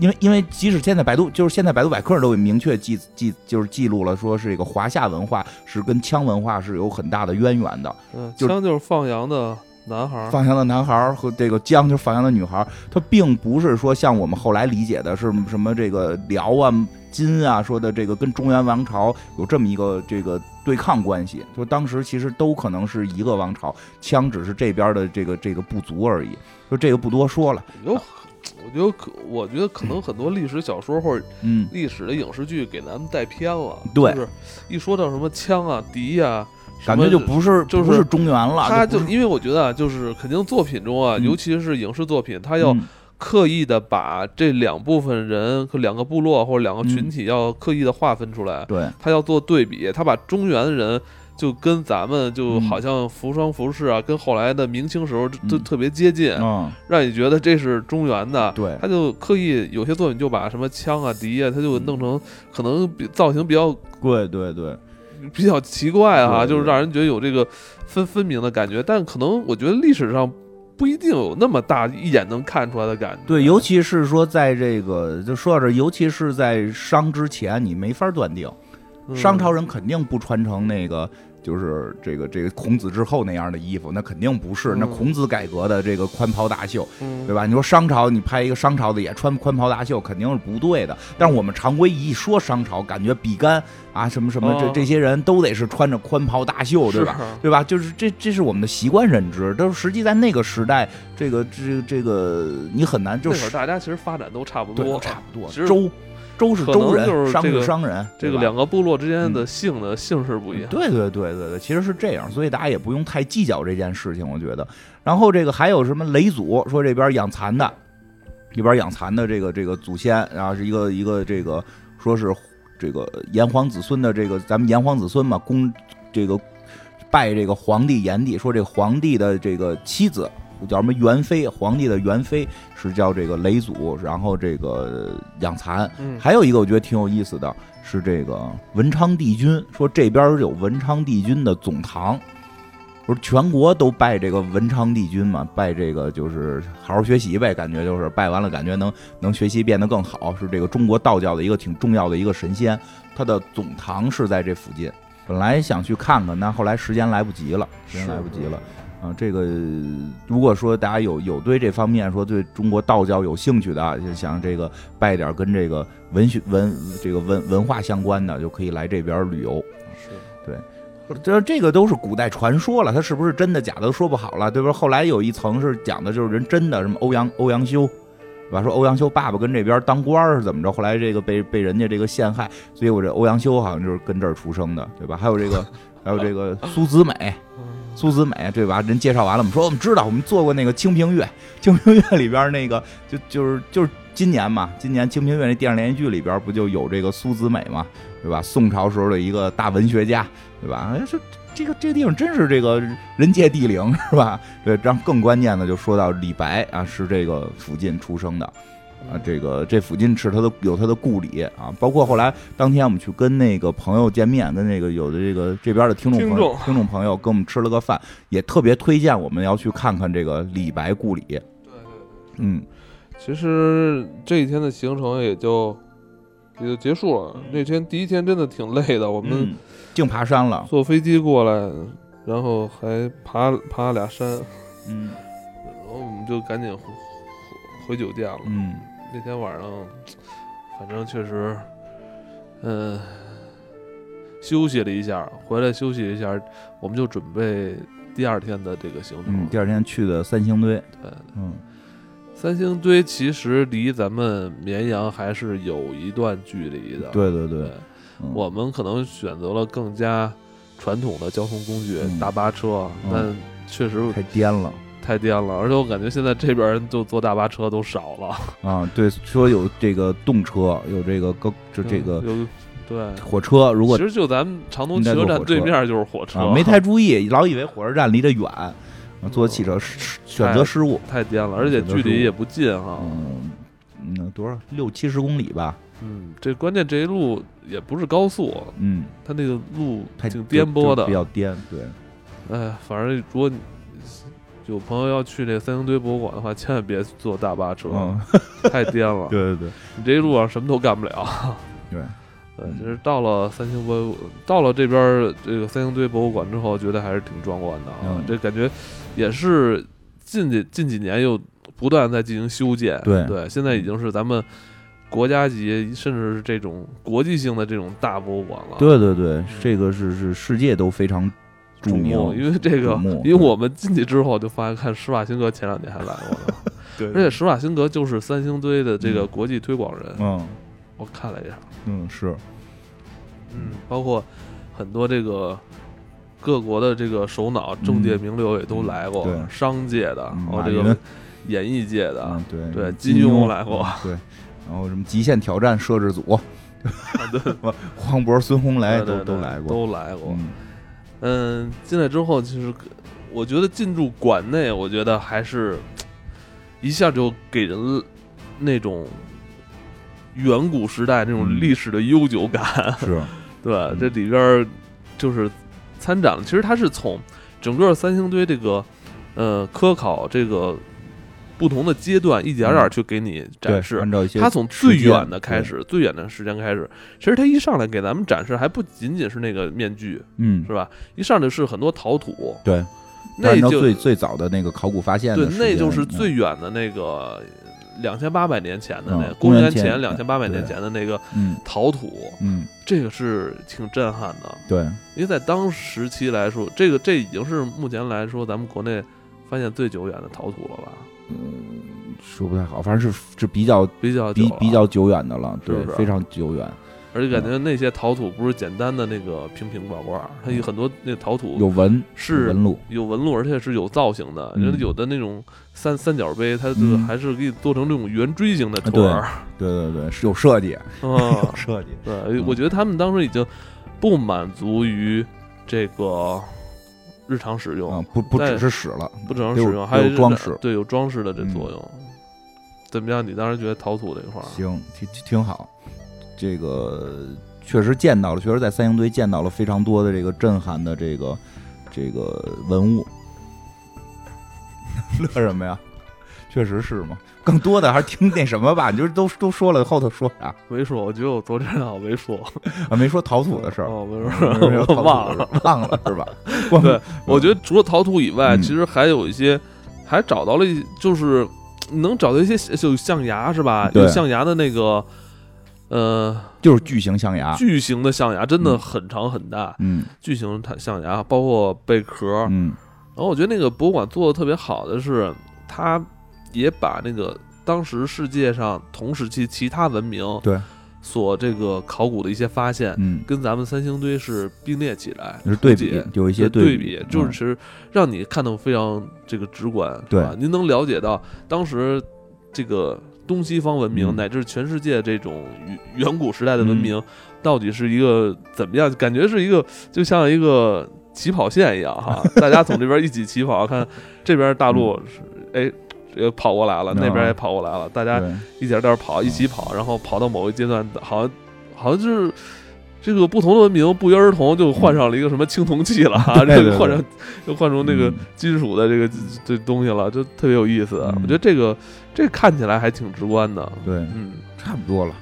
[SPEAKER 2] 因为因为即使现在百度就是现在百度百科都有明确记记就是记录了，说是这个华夏文化是跟羌文化是有很大的渊源的。
[SPEAKER 1] 嗯，
[SPEAKER 2] 就
[SPEAKER 1] 枪就是放羊的男孩儿，
[SPEAKER 2] 放羊的男孩儿和这个江就是放羊的女孩儿，它并不是说像我们后来理解的是什么这个辽啊、金啊说的这个跟中原王朝有这么一个这个对抗关系，就当时其实都可能是一个王朝，羌只是这边的这个这个部族而已。说这个不多说了，
[SPEAKER 1] 有，我觉得可，我觉得可能很多历史小说或者
[SPEAKER 2] 嗯，
[SPEAKER 1] 历史的影视剧给咱们带偏了，
[SPEAKER 2] 对
[SPEAKER 1] 就是一说到什么枪啊、敌呀、
[SPEAKER 2] 感觉
[SPEAKER 1] 什
[SPEAKER 2] 就
[SPEAKER 1] 么
[SPEAKER 2] 不是
[SPEAKER 1] 就是
[SPEAKER 2] 不是中原了，
[SPEAKER 1] 他
[SPEAKER 2] 就
[SPEAKER 1] 就
[SPEAKER 2] 不是
[SPEAKER 1] 因为我觉得啊，就是肯定作品中啊，
[SPEAKER 2] 嗯
[SPEAKER 1] 尤其是影视作品，他要
[SPEAKER 2] 嗯
[SPEAKER 1] 刻意的把这两部分人、和两个部落或者两个群体要刻意的划分出来，
[SPEAKER 2] 对。
[SPEAKER 1] 他要做对比，他把中原人。就跟咱们就
[SPEAKER 2] 嗯
[SPEAKER 1] 好像服装服饰啊，跟后来的明清时候就就
[SPEAKER 2] 嗯
[SPEAKER 1] 特别接近，
[SPEAKER 2] 嗯，
[SPEAKER 1] 让你觉得这是中原的。
[SPEAKER 2] 对
[SPEAKER 1] 他就刻意有些作品就把什么枪啊、笛啊，他就弄
[SPEAKER 2] 嗯
[SPEAKER 1] 成可能比造型比较
[SPEAKER 2] 对对对，
[SPEAKER 1] 比较奇怪啊，
[SPEAKER 2] 对对
[SPEAKER 1] 就是让人觉得有这个分分明的感觉，但可能我觉得历史上不一定有那么大一眼能看出来的感觉。
[SPEAKER 2] 对，尤其是说在这个，就说到这儿，尤其是在商之前，你没法断定，
[SPEAKER 1] 嗯
[SPEAKER 2] 商朝人肯定不穿成那个。就是这个这个孔子之后那样的衣服，那肯定不是。
[SPEAKER 1] 嗯
[SPEAKER 2] 那孔子改革的这个宽袍大袖，
[SPEAKER 1] 嗯
[SPEAKER 2] 对吧？你说商朝，你拍一个商朝的也穿宽袍大袖，肯定是不对的。但是我们常规一说商朝，感觉比干啊什么什么这
[SPEAKER 1] 哦
[SPEAKER 2] 这些人都得是穿着宽袍大袖，
[SPEAKER 1] 是
[SPEAKER 2] 对
[SPEAKER 1] 啊
[SPEAKER 2] 吧？对吧？就是这，这是我们的习惯认知。但是实际在那个时代，这个这这个你很难就
[SPEAKER 1] 那会儿
[SPEAKER 2] 是
[SPEAKER 1] 大家其实发展都差不
[SPEAKER 2] 对
[SPEAKER 1] 多，
[SPEAKER 2] 差不多。
[SPEAKER 1] 只是
[SPEAKER 2] 周周是
[SPEAKER 1] 可
[SPEAKER 2] 周
[SPEAKER 1] 能
[SPEAKER 2] 人，
[SPEAKER 1] 就是
[SPEAKER 2] 商
[SPEAKER 1] 这个
[SPEAKER 2] 是商人，
[SPEAKER 1] 这
[SPEAKER 2] 对
[SPEAKER 1] 个
[SPEAKER 2] 吧嗯
[SPEAKER 1] 两个部落之间的姓的姓氏不一样。
[SPEAKER 2] 对对对对对，其实是这样，所以大家也不用太计较这件事情，我觉得。然后这个还有什么雷祖说这边养蚕的，这边养蚕的这个这个祖先，然后是一个一个这个说是这个炎黄子孙的这个咱们炎黄子孙嘛，公这个拜这个皇帝炎帝，说这皇帝的这个妻子。叫什么元妃？皇帝的元妃是叫这个雷祖，然后这个养蚕，
[SPEAKER 1] 嗯，
[SPEAKER 2] 还有一个我觉得挺有意思的是这个文昌帝君，说这边儿有文昌帝君的总堂，不是全国都拜这个文昌帝君嘛？拜这个就是好好学习呗，感觉就是拜完了，感觉能能学习变得更好，是这个中国道教的一个挺重要的一个神仙，他的总堂是在这附近。本来想去看看，但后来时间来不及了，时间来不及了。啊，这个如果说大家有有对这方面说对中国道教有兴趣的啊，就想这个拜点儿跟这个文学文这个文文化相关的，就可以来这边旅游。
[SPEAKER 1] 是
[SPEAKER 2] 这这个都是古代传说了，它是不是真的假的都说不好了，对不对？后来有一层是讲的就是人真的，什么欧阳欧阳修，对吧？说欧阳修爸爸跟这边当官儿是怎么着？后来这个被被人家这个陷害，所以我这欧阳修好像就是跟这儿出生的，对吧？还有这个还有这个苏子美，
[SPEAKER 1] 嗯
[SPEAKER 2] 苏子美对吧？人介绍完了，我们说我们知道，我们做过那个《清平乐》，《清平乐》里边那个就就是就是今年嘛，今年《清平乐》那电视连续剧里边不就有这个苏子美嘛，对吧？宋朝时候的一个大文学家，对吧？哎，这这个这个地方真是这个人杰地灵是吧？对，然后更关键的就说到李白啊，是这个附近出生的。啊，这个这附近是他的有他的故里啊，包括后来当天我们去跟那个朋友见面，跟那个有的这个这边的听众朋友
[SPEAKER 1] 听众
[SPEAKER 2] 听众朋友跟我们吃了个饭，也特别推荐我们要去看看这个李白故里。嗯，
[SPEAKER 1] 其实这一天的行程也就也就结束了。那天第一天真的挺累的，我们
[SPEAKER 2] 嗯净爬山了，
[SPEAKER 1] 坐飞机过来，然后还爬爬俩山，
[SPEAKER 2] 嗯
[SPEAKER 1] 然后我们就赶紧回回回酒店了。
[SPEAKER 2] 嗯
[SPEAKER 1] 那天晚上，反正确实，嗯、休息了一下，回来休息一下，我们就准备第二天的这个行程
[SPEAKER 2] 嗯，
[SPEAKER 1] 了。
[SPEAKER 2] 第二天去的三星堆，
[SPEAKER 1] 对
[SPEAKER 2] 嗯
[SPEAKER 1] 三星堆其实离咱们绵阳还是有一段距离的。
[SPEAKER 2] 对对对
[SPEAKER 1] 对，，
[SPEAKER 2] 嗯
[SPEAKER 1] 我们可能选择了更加传统的交通工具，
[SPEAKER 2] 嗯
[SPEAKER 1] 大巴车，
[SPEAKER 2] 嗯
[SPEAKER 1] 但确实
[SPEAKER 2] 太颠了
[SPEAKER 1] 太颠了，而且我感觉现在这边人就坐大巴车都少了，
[SPEAKER 2] 啊！对，说有这个动车，有这个高，就这个
[SPEAKER 1] 有对。
[SPEAKER 2] 火车，如果
[SPEAKER 1] 其实就咱们长途汽
[SPEAKER 2] 应
[SPEAKER 1] 车
[SPEAKER 2] 该坐
[SPEAKER 1] 站
[SPEAKER 2] 火车
[SPEAKER 1] 对面就是火车，
[SPEAKER 2] 啊没太注意，老以为火车站离得远，啊坐汽车失选择失误，
[SPEAKER 1] 哦太颠了，而且距离也不近哈。
[SPEAKER 2] 嗯嗯，多少六七十公里吧，
[SPEAKER 1] 嗯，这关键这一路也不是高速，
[SPEAKER 2] 嗯，
[SPEAKER 1] 它那个路
[SPEAKER 2] 太
[SPEAKER 1] 挺颠簸
[SPEAKER 2] 就
[SPEAKER 1] 的
[SPEAKER 2] 比。较颠，对，
[SPEAKER 1] 哎呀，反正如果你有朋友要去那三星堆博物馆的话，千万别坐大巴车，
[SPEAKER 2] 嗯，
[SPEAKER 1] 太颠了。
[SPEAKER 2] 对对对
[SPEAKER 1] 你这一路上什么都干不了。
[SPEAKER 2] 对，
[SPEAKER 1] 对，
[SPEAKER 2] 嗯
[SPEAKER 1] 就是到了三星博物，到了这边儿这个三星堆博物馆之后，觉得还是挺壮观的啊。
[SPEAKER 2] 嗯
[SPEAKER 1] 这感觉也是近几近几年又不断在进行修建，
[SPEAKER 2] 对嗯
[SPEAKER 1] 现在已经是咱们国家级甚至是这种国际性的这种大博物馆了。
[SPEAKER 2] 对对对，这个是是世界都非常著
[SPEAKER 1] 嗯瞩
[SPEAKER 2] 名，
[SPEAKER 1] 目，因为这个
[SPEAKER 2] 瞩目，
[SPEAKER 1] 因为我们进去之后就发现，看施瓦辛格前两年还来过呢，
[SPEAKER 2] 对
[SPEAKER 1] 而且施瓦辛格就是三星堆的这个国际推广人，
[SPEAKER 2] 嗯
[SPEAKER 1] 我看了一下，
[SPEAKER 2] 嗯是，
[SPEAKER 1] 啊嗯，包括很多这个各国的这个首脑、政界名流也都来过，
[SPEAKER 2] 对
[SPEAKER 1] 商界的，
[SPEAKER 2] 嗯
[SPEAKER 1] 然后
[SPEAKER 2] 马
[SPEAKER 1] 这
[SPEAKER 2] 云
[SPEAKER 1] 个演艺界的，
[SPEAKER 2] 嗯对
[SPEAKER 1] 对
[SPEAKER 2] 金
[SPEAKER 1] 金
[SPEAKER 2] 庸嗯
[SPEAKER 1] 庸来过，
[SPEAKER 2] 对，然后什么极限挑战摄制组，对，黄渤、孙红雷
[SPEAKER 1] 对
[SPEAKER 2] 都
[SPEAKER 1] 对
[SPEAKER 2] 都
[SPEAKER 1] 对
[SPEAKER 2] 来过，
[SPEAKER 1] 都来过。
[SPEAKER 2] 嗯
[SPEAKER 1] 嗯，进来之后，其实我觉得进入馆内，我觉得还是嗯一下就给人那种。远古时代那种
[SPEAKER 2] 嗯
[SPEAKER 1] 历史的悠久感，
[SPEAKER 2] 是，嗯
[SPEAKER 1] 对，这里边儿就是参展了。其实它是从整个三星堆这个呃科考这个不同的阶段，一点点儿去给你
[SPEAKER 2] 嗯对
[SPEAKER 1] 展示。
[SPEAKER 2] 按照一些
[SPEAKER 1] 它从最
[SPEAKER 2] 时间
[SPEAKER 1] 远的开，始，最远的时间开始。其实它一上来给咱们展示还不仅仅是那个面具，
[SPEAKER 2] 对嗯
[SPEAKER 1] 是吧？一上来是很多陶土，
[SPEAKER 2] 对，
[SPEAKER 1] 那
[SPEAKER 2] 按照
[SPEAKER 1] 就
[SPEAKER 2] 最最早的那个考古发现
[SPEAKER 1] 对
[SPEAKER 2] 的时，间，
[SPEAKER 1] 那就是
[SPEAKER 2] 嗯
[SPEAKER 1] 最远的那个两千八百年前的那个
[SPEAKER 2] 嗯公元
[SPEAKER 1] 元
[SPEAKER 2] 前
[SPEAKER 1] 前两千八百年
[SPEAKER 2] 对
[SPEAKER 1] 前的那个
[SPEAKER 2] 嗯
[SPEAKER 1] 陶土，
[SPEAKER 2] 嗯
[SPEAKER 1] 这个是挺震撼的。
[SPEAKER 2] 对，
[SPEAKER 1] 因为在当时期来说，这个这已经是目前来说咱们国内发现最久远的陶土了吧？
[SPEAKER 2] 说不太好，反正是是比较
[SPEAKER 1] 比较久
[SPEAKER 2] 比
[SPEAKER 1] 了
[SPEAKER 2] 比，较久远的了，
[SPEAKER 1] 是不
[SPEAKER 2] 对
[SPEAKER 1] 是，
[SPEAKER 2] 非常久远，
[SPEAKER 1] 而且感觉那些陶土不是简单的那个平平挂挂，它有很多那陶
[SPEAKER 2] 嗯有
[SPEAKER 1] 土
[SPEAKER 2] 纹有
[SPEAKER 1] 是
[SPEAKER 2] 纹路，
[SPEAKER 1] 有纹路，而且是有造型的。
[SPEAKER 2] 嗯
[SPEAKER 1] 人家有的那种三三角杯，它就是
[SPEAKER 2] 嗯
[SPEAKER 1] 还是给你做成这种圆锥形的
[SPEAKER 2] 啊
[SPEAKER 1] 图儿。
[SPEAKER 2] 对对对，是有设计，
[SPEAKER 1] 嗯，
[SPEAKER 2] 设计，
[SPEAKER 1] 对，我觉得他们当时已经不满足于这个日常使用，
[SPEAKER 2] 嗯，不不
[SPEAKER 1] 但
[SPEAKER 2] 只是屎了，
[SPEAKER 1] 不只能
[SPEAKER 2] 得有
[SPEAKER 1] 使用，还
[SPEAKER 2] 得有
[SPEAKER 1] 是
[SPEAKER 2] 装
[SPEAKER 1] 那
[SPEAKER 2] 饰嗯
[SPEAKER 1] 对，有装饰的这作用。怎么样？你当时觉得陶土这块儿，啊
[SPEAKER 2] 行，挺挺好。这个确实见到了，确实在三星堆见到了非常多的这个震撼的这个这个文物。 乐什么呀？确实是嘛。更多的还是听那什么吧，你就都都说了，后头说啥
[SPEAKER 1] 没说，我觉得我昨天好像没说
[SPEAKER 2] 啊？没说陶土的事儿， 嗯
[SPEAKER 1] 哦，没
[SPEAKER 2] 没
[SPEAKER 1] 说，
[SPEAKER 2] 说陶
[SPEAKER 1] 我 忘
[SPEAKER 2] 土的
[SPEAKER 1] 了。
[SPEAKER 2] 事儿，忘了 是吧？我
[SPEAKER 1] 对，我觉
[SPEAKER 2] 得
[SPEAKER 1] 得除了陶土以外，
[SPEAKER 2] 嗯
[SPEAKER 1] 其实还有一些，还找到了一，就是你能找到一些就象牙是吧？
[SPEAKER 2] 对
[SPEAKER 1] 有象牙的那个，呃，
[SPEAKER 2] 就是巨型象牙，
[SPEAKER 1] 巨型的象牙真的
[SPEAKER 2] 啊嗯
[SPEAKER 1] 很长很大，
[SPEAKER 2] 嗯
[SPEAKER 1] 巨型它象牙包括贝壳，
[SPEAKER 2] 嗯
[SPEAKER 1] 然后我觉得那个博物馆做的特别好的是，它也把那个当时世界上同时期其他文明
[SPEAKER 2] 对
[SPEAKER 1] 所这个考古的一些发现，
[SPEAKER 2] 嗯，
[SPEAKER 1] 跟咱们三星堆是并列起来，
[SPEAKER 2] 就是对
[SPEAKER 1] 理
[SPEAKER 2] 比
[SPEAKER 1] 解，
[SPEAKER 2] 有一些
[SPEAKER 1] 就对
[SPEAKER 2] 比，
[SPEAKER 1] 就是
[SPEAKER 2] 嗯
[SPEAKER 1] 其实让你看得非常这个直观，
[SPEAKER 2] 对
[SPEAKER 1] 吧？您能了解到当时这个东西方文明、
[SPEAKER 2] 嗯
[SPEAKER 1] 乃至全世界这种远远古时代的文明，到底是一个怎么样？感觉是一个就像一个起跑线一样 哈，大家从这边一起起跑，看这边大陆是哎。也跑过来了，
[SPEAKER 2] 嗯
[SPEAKER 1] 那边也跑过来了，大家
[SPEAKER 2] 对
[SPEAKER 1] 一点点
[SPEAKER 2] 嗯
[SPEAKER 1] 跑，一起跑，然后跑到某个阶段，好像好像就是这个不同的文明不约而同就换上了一个什么青铜器了啊，
[SPEAKER 2] 对对
[SPEAKER 1] 这
[SPEAKER 2] 对
[SPEAKER 1] 个换成又换成那个
[SPEAKER 2] 嗯
[SPEAKER 1] 金属的这个这东西了，就特别有意思。啊
[SPEAKER 2] 嗯
[SPEAKER 1] 我觉得这个这看起来还挺直观的。
[SPEAKER 2] 对，
[SPEAKER 1] 嗯，
[SPEAKER 2] 差不多了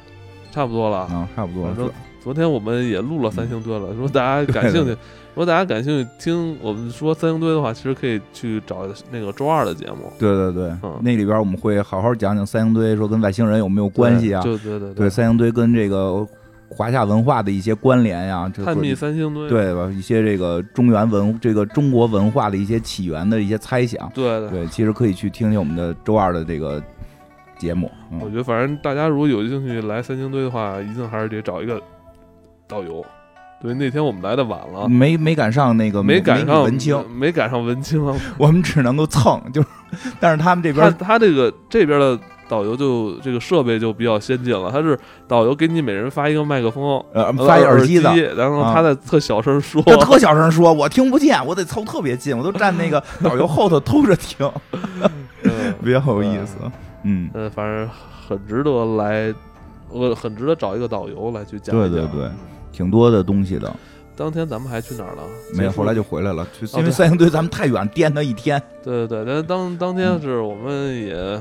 [SPEAKER 1] 差不多了。
[SPEAKER 2] 啊，差不多
[SPEAKER 1] 反正
[SPEAKER 2] 了。
[SPEAKER 1] 昨天我们也录了三星堆了，如果大家感兴趣，
[SPEAKER 2] 对
[SPEAKER 1] 如果大家感兴趣听我们说三星堆的话，其实可以去找那个周二的节目，
[SPEAKER 2] 对对对，
[SPEAKER 1] 嗯
[SPEAKER 2] 那里边我们会好好讲讲三星堆，说跟外星人有没有关系啊？
[SPEAKER 1] 对对对
[SPEAKER 2] 对，三星堆跟这个华夏文化的一些关联啊呀、这
[SPEAKER 1] 探秘
[SPEAKER 2] 和
[SPEAKER 1] 三星堆，
[SPEAKER 2] 对吧？一些这个中原文这个中国文化的一些起源的一些猜想。
[SPEAKER 1] 对的。
[SPEAKER 2] 对，其实可以去听听我们的周二的这个节目。
[SPEAKER 1] 我
[SPEAKER 2] 嗯，
[SPEAKER 1] 觉得反正大家如果有兴趣来三星堆的话，一定还是得找一个导游。对，那天我们来的晚了，
[SPEAKER 2] 没没赶上那个
[SPEAKER 1] 没赶上
[SPEAKER 2] 文青，
[SPEAKER 1] 没赶上文青啊。
[SPEAKER 2] 我们只能够蹭。就是，但是他们这
[SPEAKER 1] 他
[SPEAKER 2] 边
[SPEAKER 1] 他这个这边的导游就这个设备就比较先进了，他是导游给你每人发一个麦克风，
[SPEAKER 2] 呃
[SPEAKER 1] 呃
[SPEAKER 2] 发一耳机的，
[SPEAKER 1] 然后
[SPEAKER 2] 啊
[SPEAKER 1] 他在特小声说，
[SPEAKER 2] 他特小声说，我听不见，我得凑特别近，我都站那个导游后头偷着听，
[SPEAKER 1] 嗯
[SPEAKER 2] 比较有意思。嗯，
[SPEAKER 1] 嗯，反正很值得来，我很值得找一个导游来去讲
[SPEAKER 2] 对
[SPEAKER 1] 一
[SPEAKER 2] 对
[SPEAKER 1] 讲
[SPEAKER 2] 对，挺多的东西的。
[SPEAKER 1] 当天咱们还去哪儿了？
[SPEAKER 2] 没有，
[SPEAKER 1] 结束
[SPEAKER 2] 后来就回来了，就
[SPEAKER 1] 哦
[SPEAKER 2] 因为
[SPEAKER 1] 对
[SPEAKER 2] 三星堆咱们太远，颠他一天。
[SPEAKER 1] 对对对，但是当当
[SPEAKER 2] 嗯
[SPEAKER 1] 天是我们也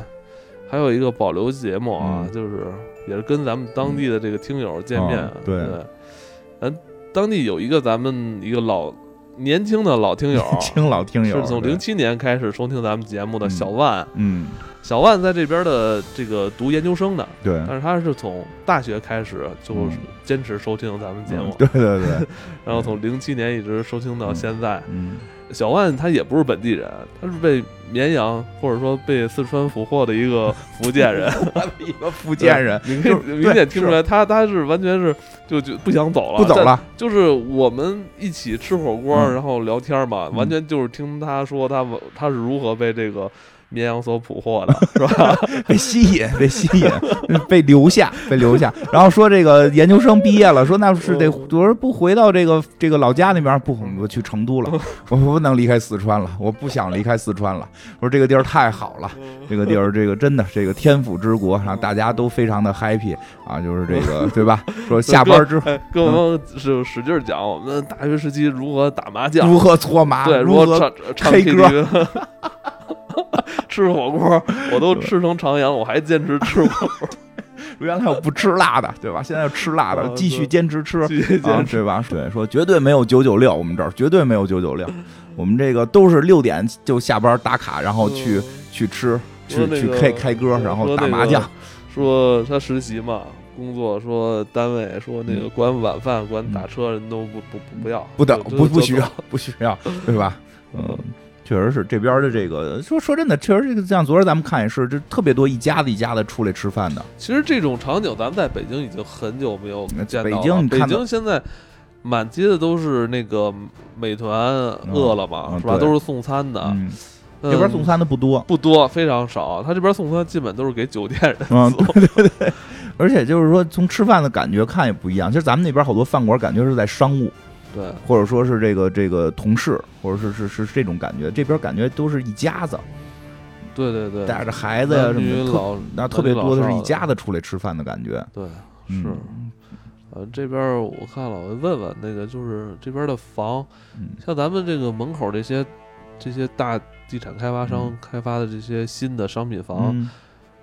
[SPEAKER 1] 还有一个保留节目啊，
[SPEAKER 2] 嗯
[SPEAKER 1] 就是也是跟咱们当地的这个听友见面，
[SPEAKER 2] 啊
[SPEAKER 1] 对
[SPEAKER 2] 对，。
[SPEAKER 1] 咱当地有一个咱们一个老年轻的老听友
[SPEAKER 2] 听老听友
[SPEAKER 1] 是从
[SPEAKER 2] 对
[SPEAKER 1] 零七年开始收听咱们节目的
[SPEAKER 2] 嗯
[SPEAKER 1] 小万，
[SPEAKER 2] 嗯，
[SPEAKER 1] 小万在这边的这个读研究生的，
[SPEAKER 2] 对，
[SPEAKER 1] 但是他是从大学开始就
[SPEAKER 2] 嗯
[SPEAKER 1] 坚持收听咱们节目
[SPEAKER 2] 嗯，对对对，
[SPEAKER 1] 然后从零七年一直收听到
[SPEAKER 2] 嗯
[SPEAKER 1] 现在。
[SPEAKER 2] 嗯，
[SPEAKER 1] 小万他也不是本地人，他是被绵阳或者说被四川俘获的一个福建 人。
[SPEAKER 2] 我的一个福建人
[SPEAKER 1] 你可以
[SPEAKER 2] 就是对
[SPEAKER 1] 明显听出来，他他是完全是就就不想走了，
[SPEAKER 2] 不走
[SPEAKER 1] 但。
[SPEAKER 2] 了，
[SPEAKER 1] 就是我们一起吃火锅，
[SPEAKER 2] 嗯
[SPEAKER 1] 然后聊天嘛，
[SPEAKER 2] 嗯
[SPEAKER 1] 完全就是听他说他他是如何被这个绵阳所捕获 的，是 吧？
[SPEAKER 2] 被吸引，被吸引，被留下，被留下。然后说这个研究生毕业了，说那是得，
[SPEAKER 1] 嗯
[SPEAKER 2] 我说不回到这个这个老家那边，不，我去成都
[SPEAKER 1] 哦
[SPEAKER 2] 了，我不能离开四川了，我不想离开四川了。我说这个地儿太好了，这个地儿，这个真的，这个天府之国，然后大家都非常的 happy 啊，就是这个，对吧？说下班之后
[SPEAKER 1] 哎跟我们是使劲讲我们大学时期如何打麻将，
[SPEAKER 2] 如何搓麻，
[SPEAKER 1] 对，
[SPEAKER 2] 如
[SPEAKER 1] 如果
[SPEAKER 2] 何
[SPEAKER 1] 唱唱
[SPEAKER 2] 黑
[SPEAKER 1] KTV，吃火锅，我都吃成长阳，我还坚持吃火锅，
[SPEAKER 2] 原来我不吃辣的，对吧？现在又吃辣的
[SPEAKER 1] 嗯，
[SPEAKER 2] 继续
[SPEAKER 1] 对
[SPEAKER 2] 坚持 吃，
[SPEAKER 1] 继续
[SPEAKER 2] 啊
[SPEAKER 1] 坚，持。
[SPEAKER 2] 对吧？对，说绝对没有九九六，我们这儿绝对没有九九六，
[SPEAKER 1] 嗯
[SPEAKER 2] 我们这个都是六点就下班打卡，然后去、
[SPEAKER 1] 嗯
[SPEAKER 2] 去吃，去、
[SPEAKER 1] 说那
[SPEAKER 2] 去
[SPEAKER 1] 个
[SPEAKER 2] 开开歌，然后打麻将，。
[SPEAKER 1] 说那个说他实习嘛，工作说单位说那个管晚饭管打车人都不不不不要，
[SPEAKER 2] 嗯不等
[SPEAKER 1] 就
[SPEAKER 2] 不不需。
[SPEAKER 1] 就
[SPEAKER 2] 要
[SPEAKER 1] 就
[SPEAKER 2] 不需要，对吧？
[SPEAKER 1] 嗯
[SPEAKER 2] 嗯。确实是这边的这个，说说真的，确实这个像昨儿咱们看也是，这特别多一家子一家子出来吃饭的，
[SPEAKER 1] 其实这种场景咱们在北京已经很久没有见到了。
[SPEAKER 2] 北京你
[SPEAKER 1] 北
[SPEAKER 2] 看到
[SPEAKER 1] 京现在。满街的都是那个美团、饿了么，
[SPEAKER 2] 嗯
[SPEAKER 1] 是吧？
[SPEAKER 2] 对
[SPEAKER 1] 都是送餐的。
[SPEAKER 2] 嗯，这边送
[SPEAKER 1] 餐。
[SPEAKER 2] 餐的不多，
[SPEAKER 1] 不多，非常少。他这边送餐基本都是给酒店人做，
[SPEAKER 2] 嗯，对对对，而且就是说从吃饭的感觉看也不一样，其实咱们那边好多饭馆感觉是在商务，
[SPEAKER 1] 对，
[SPEAKER 2] 或者说是这个这个同事，或者是是是是这种感觉，这边感觉都是一家子，
[SPEAKER 1] 对对对，
[SPEAKER 2] 带着孩子呀、
[SPEAKER 1] 男
[SPEAKER 2] 什
[SPEAKER 1] 女
[SPEAKER 2] 么的，特
[SPEAKER 1] 老
[SPEAKER 2] 那特别多的是一家
[SPEAKER 1] 的，
[SPEAKER 2] 子出来吃饭的感觉，
[SPEAKER 1] 对，是。
[SPEAKER 2] 嗯
[SPEAKER 1] 呃，这边儿我看了，我问问那个，就是这边儿的房，
[SPEAKER 2] 嗯
[SPEAKER 1] 像咱们这个门口这些这些大地产开发商开发的这些新的商品房，呃
[SPEAKER 2] 嗯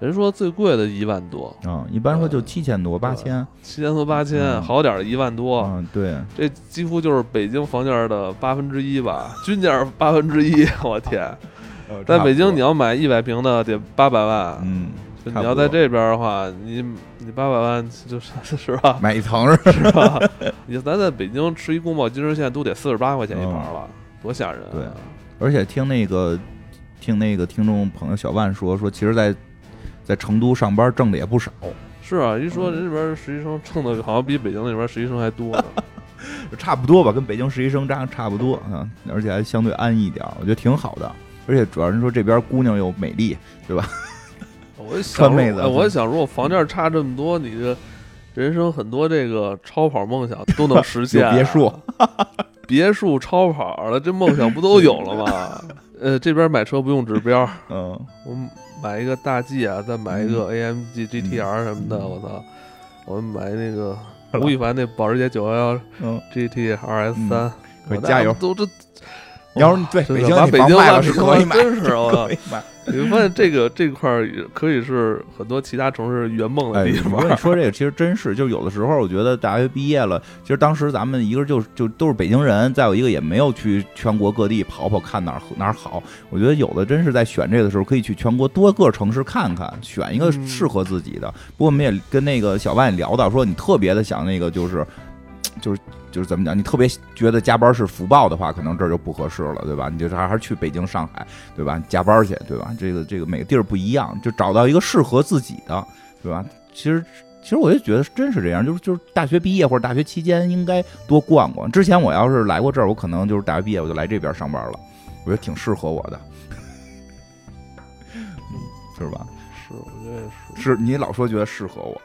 [SPEAKER 1] 人说最贵的一万多，
[SPEAKER 2] 啊，一般说就七千多八千，
[SPEAKER 1] 七千多八千，
[SPEAKER 2] 嗯
[SPEAKER 1] 好点儿的一万多，
[SPEAKER 2] 嗯，对，
[SPEAKER 1] 这几乎就是北京房价儿的八分之一吧，均价儿八分之一，我天！在北京，你
[SPEAKER 2] 要
[SPEAKER 1] 要买一百平的得八百万，
[SPEAKER 2] 嗯
[SPEAKER 1] 就
[SPEAKER 2] 差
[SPEAKER 1] 你
[SPEAKER 2] 不
[SPEAKER 1] 要
[SPEAKER 2] 多
[SPEAKER 1] 在这边儿的话，你你八百万就是 是吧？
[SPEAKER 2] 买一层是吧，
[SPEAKER 1] 是吧？你咱在北京吃一宫保鸡丁，现在都得四十八块钱一盘儿了，多吓人、啊！
[SPEAKER 2] 嗯对 而且听那个听那个听众朋友小万说说，其实在，在成都上班挣的也不少，
[SPEAKER 1] 是啊，一说人这边实习生挣的好像比北京那边实习生还多 呢。
[SPEAKER 2] 差不多吧，跟北京实习生差差不多啊，而且还相对安逸一点儿，我觉得挺好的。而且主要是说这边姑娘又美丽，
[SPEAKER 1] 我就想，
[SPEAKER 2] 川妹子
[SPEAKER 1] 哎我就想，如果房价差这么多，你的人生很多这个超跑梦想都能实现、啊
[SPEAKER 2] 有别墅，
[SPEAKER 1] 别墅、超跑了，这梦想不都有了 吗？呃，这边买车不用指标，
[SPEAKER 2] 嗯，
[SPEAKER 1] 我买一个大 G 啊，再买一个 AMG
[SPEAKER 2] 嗯
[SPEAKER 1] GTR 什么的，我操！我买那 个吴亦凡那保时捷911
[SPEAKER 2] 嗯，
[SPEAKER 1] GT RS 三
[SPEAKER 2] 嗯，快加油
[SPEAKER 1] 我那都这，
[SPEAKER 2] 你要是对
[SPEAKER 1] 真的
[SPEAKER 2] 北京
[SPEAKER 1] 把
[SPEAKER 2] 你
[SPEAKER 1] 北
[SPEAKER 2] 房
[SPEAKER 1] 京
[SPEAKER 2] 卖
[SPEAKER 1] 卖
[SPEAKER 2] 了是
[SPEAKER 1] 出
[SPEAKER 2] 可
[SPEAKER 1] 去
[SPEAKER 2] 以买，
[SPEAKER 1] 真是我
[SPEAKER 2] 可以买。
[SPEAKER 1] 你发现这个这块儿也可以是很多其他城市圆梦的
[SPEAKER 2] 哎，
[SPEAKER 1] 地
[SPEAKER 2] 你
[SPEAKER 1] 方
[SPEAKER 2] 说你。说这个，其实真是，就是有的时候，我觉得大学毕业了，其实当时咱们一个就就都是北京人，再有一个也没有去全国各地跑跑看哪儿哪儿好。我觉得有的真是在选这个的时候，可以去全国多个城市看看，选一个
[SPEAKER 1] 嗯
[SPEAKER 2] 适合自己的。不过我们也跟那个小万也聊到，说你特别的想那个就是。就是就是怎么讲？你特别觉得加班是福报的话，可能这儿就不合适了，对吧？你就是还还是去北京、上海，对吧？加班去，对吧？这个这个每个地儿不一样，就找到一个适合自己的，对吧？其实其实我就觉得真是这样，就是就是大学毕业或者大学期间应该多逛逛。之前我要是来过这儿，我可能就是大学毕业我就来这边上班了，我觉得挺适合我的， 嗯，是吧？
[SPEAKER 1] 是，我觉得也是。
[SPEAKER 2] 是你老说觉得适合我，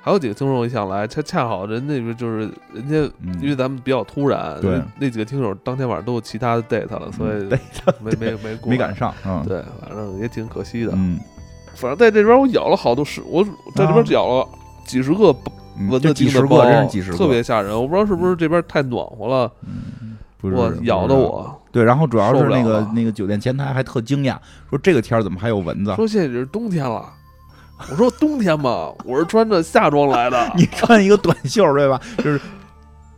[SPEAKER 1] 还有几个听众也想来，恰恰好人那边就是人家，
[SPEAKER 2] 嗯，
[SPEAKER 1] 因为咱们比较突然，
[SPEAKER 2] 对啊嗯
[SPEAKER 1] 那几个听友当天晚上都有其他的 date 了，所以
[SPEAKER 2] 对
[SPEAKER 1] 没没没过来
[SPEAKER 2] 没赶。上，嗯，
[SPEAKER 1] 对，反正也挺可惜的。
[SPEAKER 2] 嗯，
[SPEAKER 1] 反正在这边我咬了好多十，我在这边咬了几十个
[SPEAKER 2] 嗯，
[SPEAKER 1] 蚊
[SPEAKER 2] 啊就
[SPEAKER 1] 子
[SPEAKER 2] 几
[SPEAKER 1] 叮
[SPEAKER 2] 十
[SPEAKER 1] 的
[SPEAKER 2] 个，
[SPEAKER 1] 包，
[SPEAKER 2] 真是几十个，
[SPEAKER 1] 特别吓人。我不知道是不是这边太暖和了，
[SPEAKER 2] 嗯，不是啊
[SPEAKER 1] 我咬的。我。
[SPEAKER 2] 对，然后主要
[SPEAKER 1] 受
[SPEAKER 2] 是
[SPEAKER 1] 不
[SPEAKER 2] 那
[SPEAKER 1] 了
[SPEAKER 2] 个
[SPEAKER 1] 了
[SPEAKER 2] 那个酒店前台还特惊讶，说这个天儿怎么还有蚊子？。
[SPEAKER 1] 说现在已经是冬天了，我说冬天嘛，我是穿着夏装来的
[SPEAKER 2] 你穿一个短袖儿对吧？就是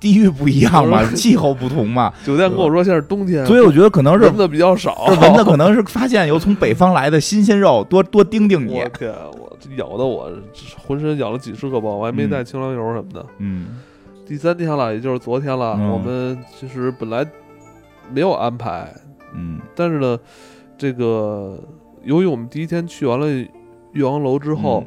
[SPEAKER 2] 地域不一样 嘛
[SPEAKER 1] 我，说
[SPEAKER 2] 气候不同嘛，
[SPEAKER 1] 酒店跟我说现在是冬天，
[SPEAKER 2] 所以我觉得可能啊是
[SPEAKER 1] 蚊子比较少。
[SPEAKER 2] 这蚊子可能是发现有从北方来的新鲜肉，多多叮叮你
[SPEAKER 1] 我。天，我这咬的我浑身咬了几十个包，我还没带清凉油什么的。
[SPEAKER 2] 嗯
[SPEAKER 1] 第三天了，也就是昨天了，
[SPEAKER 2] 嗯
[SPEAKER 1] 我们其实本来没有安排，
[SPEAKER 2] 嗯，
[SPEAKER 1] 但是呢，这个由于我们第一天去完了岳阳楼之
[SPEAKER 2] 嗯
[SPEAKER 1] 后，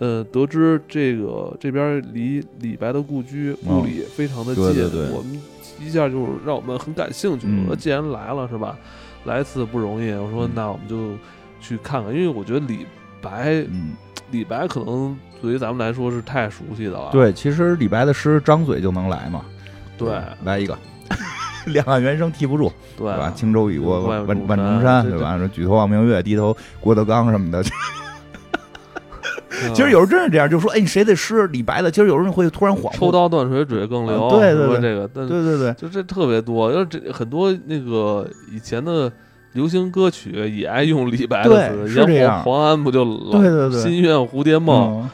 [SPEAKER 1] 呃，得知这个这边离李白的故居
[SPEAKER 2] 哦
[SPEAKER 1] 故里非常的近，
[SPEAKER 2] 对对对
[SPEAKER 1] 我们一下就是让我们很感兴趣。
[SPEAKER 2] 嗯
[SPEAKER 1] 我说既然来了是吧，来一次不容易，我说
[SPEAKER 2] 嗯
[SPEAKER 1] 那我们就去看看，因为我觉得李白
[SPEAKER 2] 嗯，
[SPEAKER 1] 李白可能对于咱们来说是太熟悉的了。
[SPEAKER 2] 对，其实李白的诗张嘴就能来嘛。
[SPEAKER 1] 对
[SPEAKER 2] 来一个。 两岸猿声啼不住，
[SPEAKER 1] 对
[SPEAKER 2] 对吧？
[SPEAKER 1] 啊，
[SPEAKER 2] 轻舟已过
[SPEAKER 1] 万万
[SPEAKER 2] 万万重
[SPEAKER 1] 重
[SPEAKER 2] 山，
[SPEAKER 1] 山
[SPEAKER 2] 对
[SPEAKER 1] 对
[SPEAKER 2] 吧？举头望明月，低头郭德纲什么的。
[SPEAKER 1] 嗯
[SPEAKER 2] 其实有时候真是这样，就说哎，你谁的诗李白的？其实有人会突然恍惚。
[SPEAKER 1] 抽刀断水水更流，
[SPEAKER 2] 啊对对
[SPEAKER 1] 说
[SPEAKER 2] 对
[SPEAKER 1] 这个，但
[SPEAKER 2] 对对对，
[SPEAKER 1] 就这特别多，因为这很多那个以前的流行歌曲也爱用李白的
[SPEAKER 2] 对
[SPEAKER 1] 词，
[SPEAKER 2] 是
[SPEAKER 1] 像
[SPEAKER 2] 这样
[SPEAKER 1] 黄黄安不就老
[SPEAKER 2] 对对对
[SPEAKER 1] 心愿蝴蝶梦、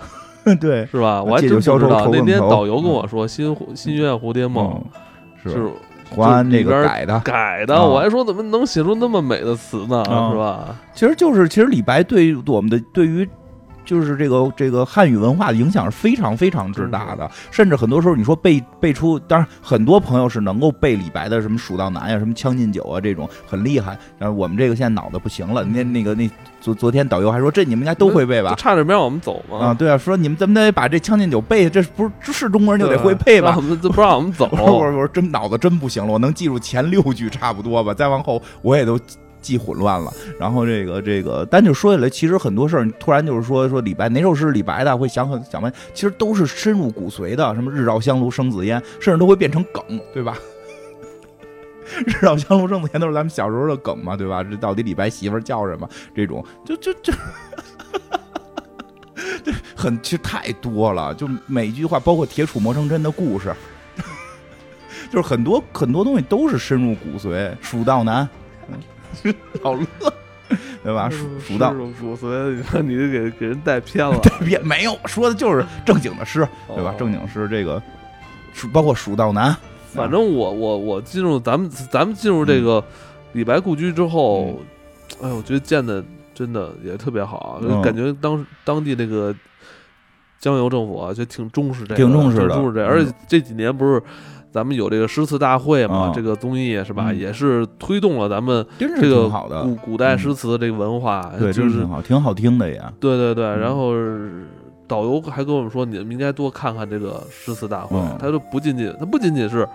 [SPEAKER 2] 嗯， 对，
[SPEAKER 1] 是吧？我还
[SPEAKER 2] 借
[SPEAKER 1] 真
[SPEAKER 2] 酒
[SPEAKER 1] 不
[SPEAKER 2] 消
[SPEAKER 1] 知
[SPEAKER 2] 愁
[SPEAKER 1] 道
[SPEAKER 2] 愁
[SPEAKER 1] 那
[SPEAKER 2] 更
[SPEAKER 1] 天
[SPEAKER 2] 愁
[SPEAKER 1] 导游跟我说新蝴心愿蝴蝶梦、
[SPEAKER 2] 嗯，
[SPEAKER 1] 就是是
[SPEAKER 2] 黄安这
[SPEAKER 1] 就里
[SPEAKER 2] 个
[SPEAKER 1] 边
[SPEAKER 2] 改的，
[SPEAKER 1] 改的，
[SPEAKER 2] 啊
[SPEAKER 1] 我还说怎么能写出那么美的词呢？
[SPEAKER 2] 啊
[SPEAKER 1] 是吧？
[SPEAKER 2] 其实就是，其实李白对于我们的对于。就是这个这个汉语文化的影响是非常非常之大的，甚至很多时候你说背背出，当然很多朋友是能够背李白的什么《蜀道难》呀、什么《将进酒》啊这种很厉害，然后我们这个现在脑子不行了。那那个那昨昨天导游还说这你们应该都会背
[SPEAKER 1] 就
[SPEAKER 2] 吧？
[SPEAKER 1] 差点没让我们走嘛，
[SPEAKER 2] 啊，对啊，说你们怎么得把这《将进酒》背，这不是这是中国人就
[SPEAKER 1] 对
[SPEAKER 2] 得会背吧
[SPEAKER 1] 让？我们就不让我们走
[SPEAKER 2] 。我说我说我说真脑子真不行了，我能记住前六句差不多吧，再往后我也都记记混乱了。然后这个这个，但就说起来，其实很多事儿，你突然就是说说李白哪首诗是李白的，会想很想问，其实都是深入骨髓的，什么日照香炉生紫烟，甚至都会变成梗，对吧？日 照香炉生紫烟都是咱们小时候的梗嘛，对吧？这到底李白媳妇儿叫什么？这种就就就 这很其实太多了，就每句话，包括铁杵磨成针的故事， 就是很多很多东西都是深入骨髓。蜀道难，老乐，对
[SPEAKER 1] 嗯
[SPEAKER 2] 吧？蜀蜀道
[SPEAKER 1] 蜀所以你说你就给给人带偏了，
[SPEAKER 2] 别没有说的就是正经的诗，对吧
[SPEAKER 1] 哦？
[SPEAKER 2] 正经诗这个蜀包括蜀道难，
[SPEAKER 1] 反正我我我进入咱们咱们进入
[SPEAKER 2] 嗯
[SPEAKER 1] 这个李白故居之后，哎，我觉得建的真的也特别好，啊
[SPEAKER 2] 嗯
[SPEAKER 1] 感觉当当地那个江油政府啊，就挺重视这个，
[SPEAKER 2] 挺
[SPEAKER 1] 挺
[SPEAKER 2] 重视的
[SPEAKER 1] 重视这个
[SPEAKER 2] 嗯
[SPEAKER 1] 而且这几年不是咱们有这个诗词大会嘛，
[SPEAKER 2] 啊
[SPEAKER 1] 这个综艺是吧，
[SPEAKER 2] 嗯
[SPEAKER 1] 也是推动了咱们
[SPEAKER 2] 真是
[SPEAKER 1] 这个
[SPEAKER 2] 挺好的嗯
[SPEAKER 1] 古，古代诗词的这个文化，
[SPEAKER 2] 对，
[SPEAKER 1] 就
[SPEAKER 2] 真是
[SPEAKER 1] 是
[SPEAKER 2] 挺好，挺好听的也。
[SPEAKER 1] 对对对，
[SPEAKER 2] 嗯
[SPEAKER 1] 然后。导游还跟我们说，你们应该多看看这个诗词大会。
[SPEAKER 2] 嗯
[SPEAKER 1] 他就不仅仅，他不仅仅是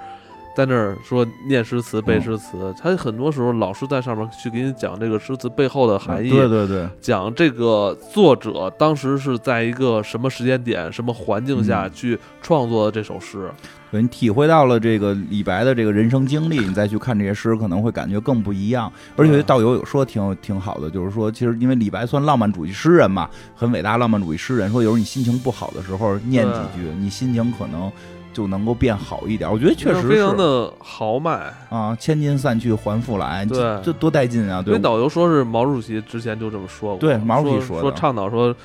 [SPEAKER 1] 在那儿说念诗词、背诗词，
[SPEAKER 2] 嗯
[SPEAKER 1] 他很多时候老师在上面去给你讲这个诗词背后的含义，
[SPEAKER 2] 嗯对对对，
[SPEAKER 1] 讲这个作者
[SPEAKER 2] 嗯
[SPEAKER 1] 当时是在一个什么时间点、什么环境下去创作的这首诗。
[SPEAKER 2] 对你体会到了这个李白的这个人生经历，你再去看这些诗，可能会感觉更不一样。而且道友有说挺有挺好的，就是说，其实因为李白算浪漫主义诗人嘛，很伟大浪漫主义诗人，说有时候你心情不好的时候念几句，你心情可能就能够变好一点。我觉得确实
[SPEAKER 1] 非常
[SPEAKER 2] 是
[SPEAKER 1] 的豪迈。
[SPEAKER 2] 啊，千金散去还复来，
[SPEAKER 1] 对
[SPEAKER 2] 这这多带劲啊！
[SPEAKER 1] 因
[SPEAKER 2] 对
[SPEAKER 1] 为，导游说是毛主席之前就这么说过，
[SPEAKER 2] 对毛主席
[SPEAKER 1] 说
[SPEAKER 2] 说的
[SPEAKER 1] 倡导说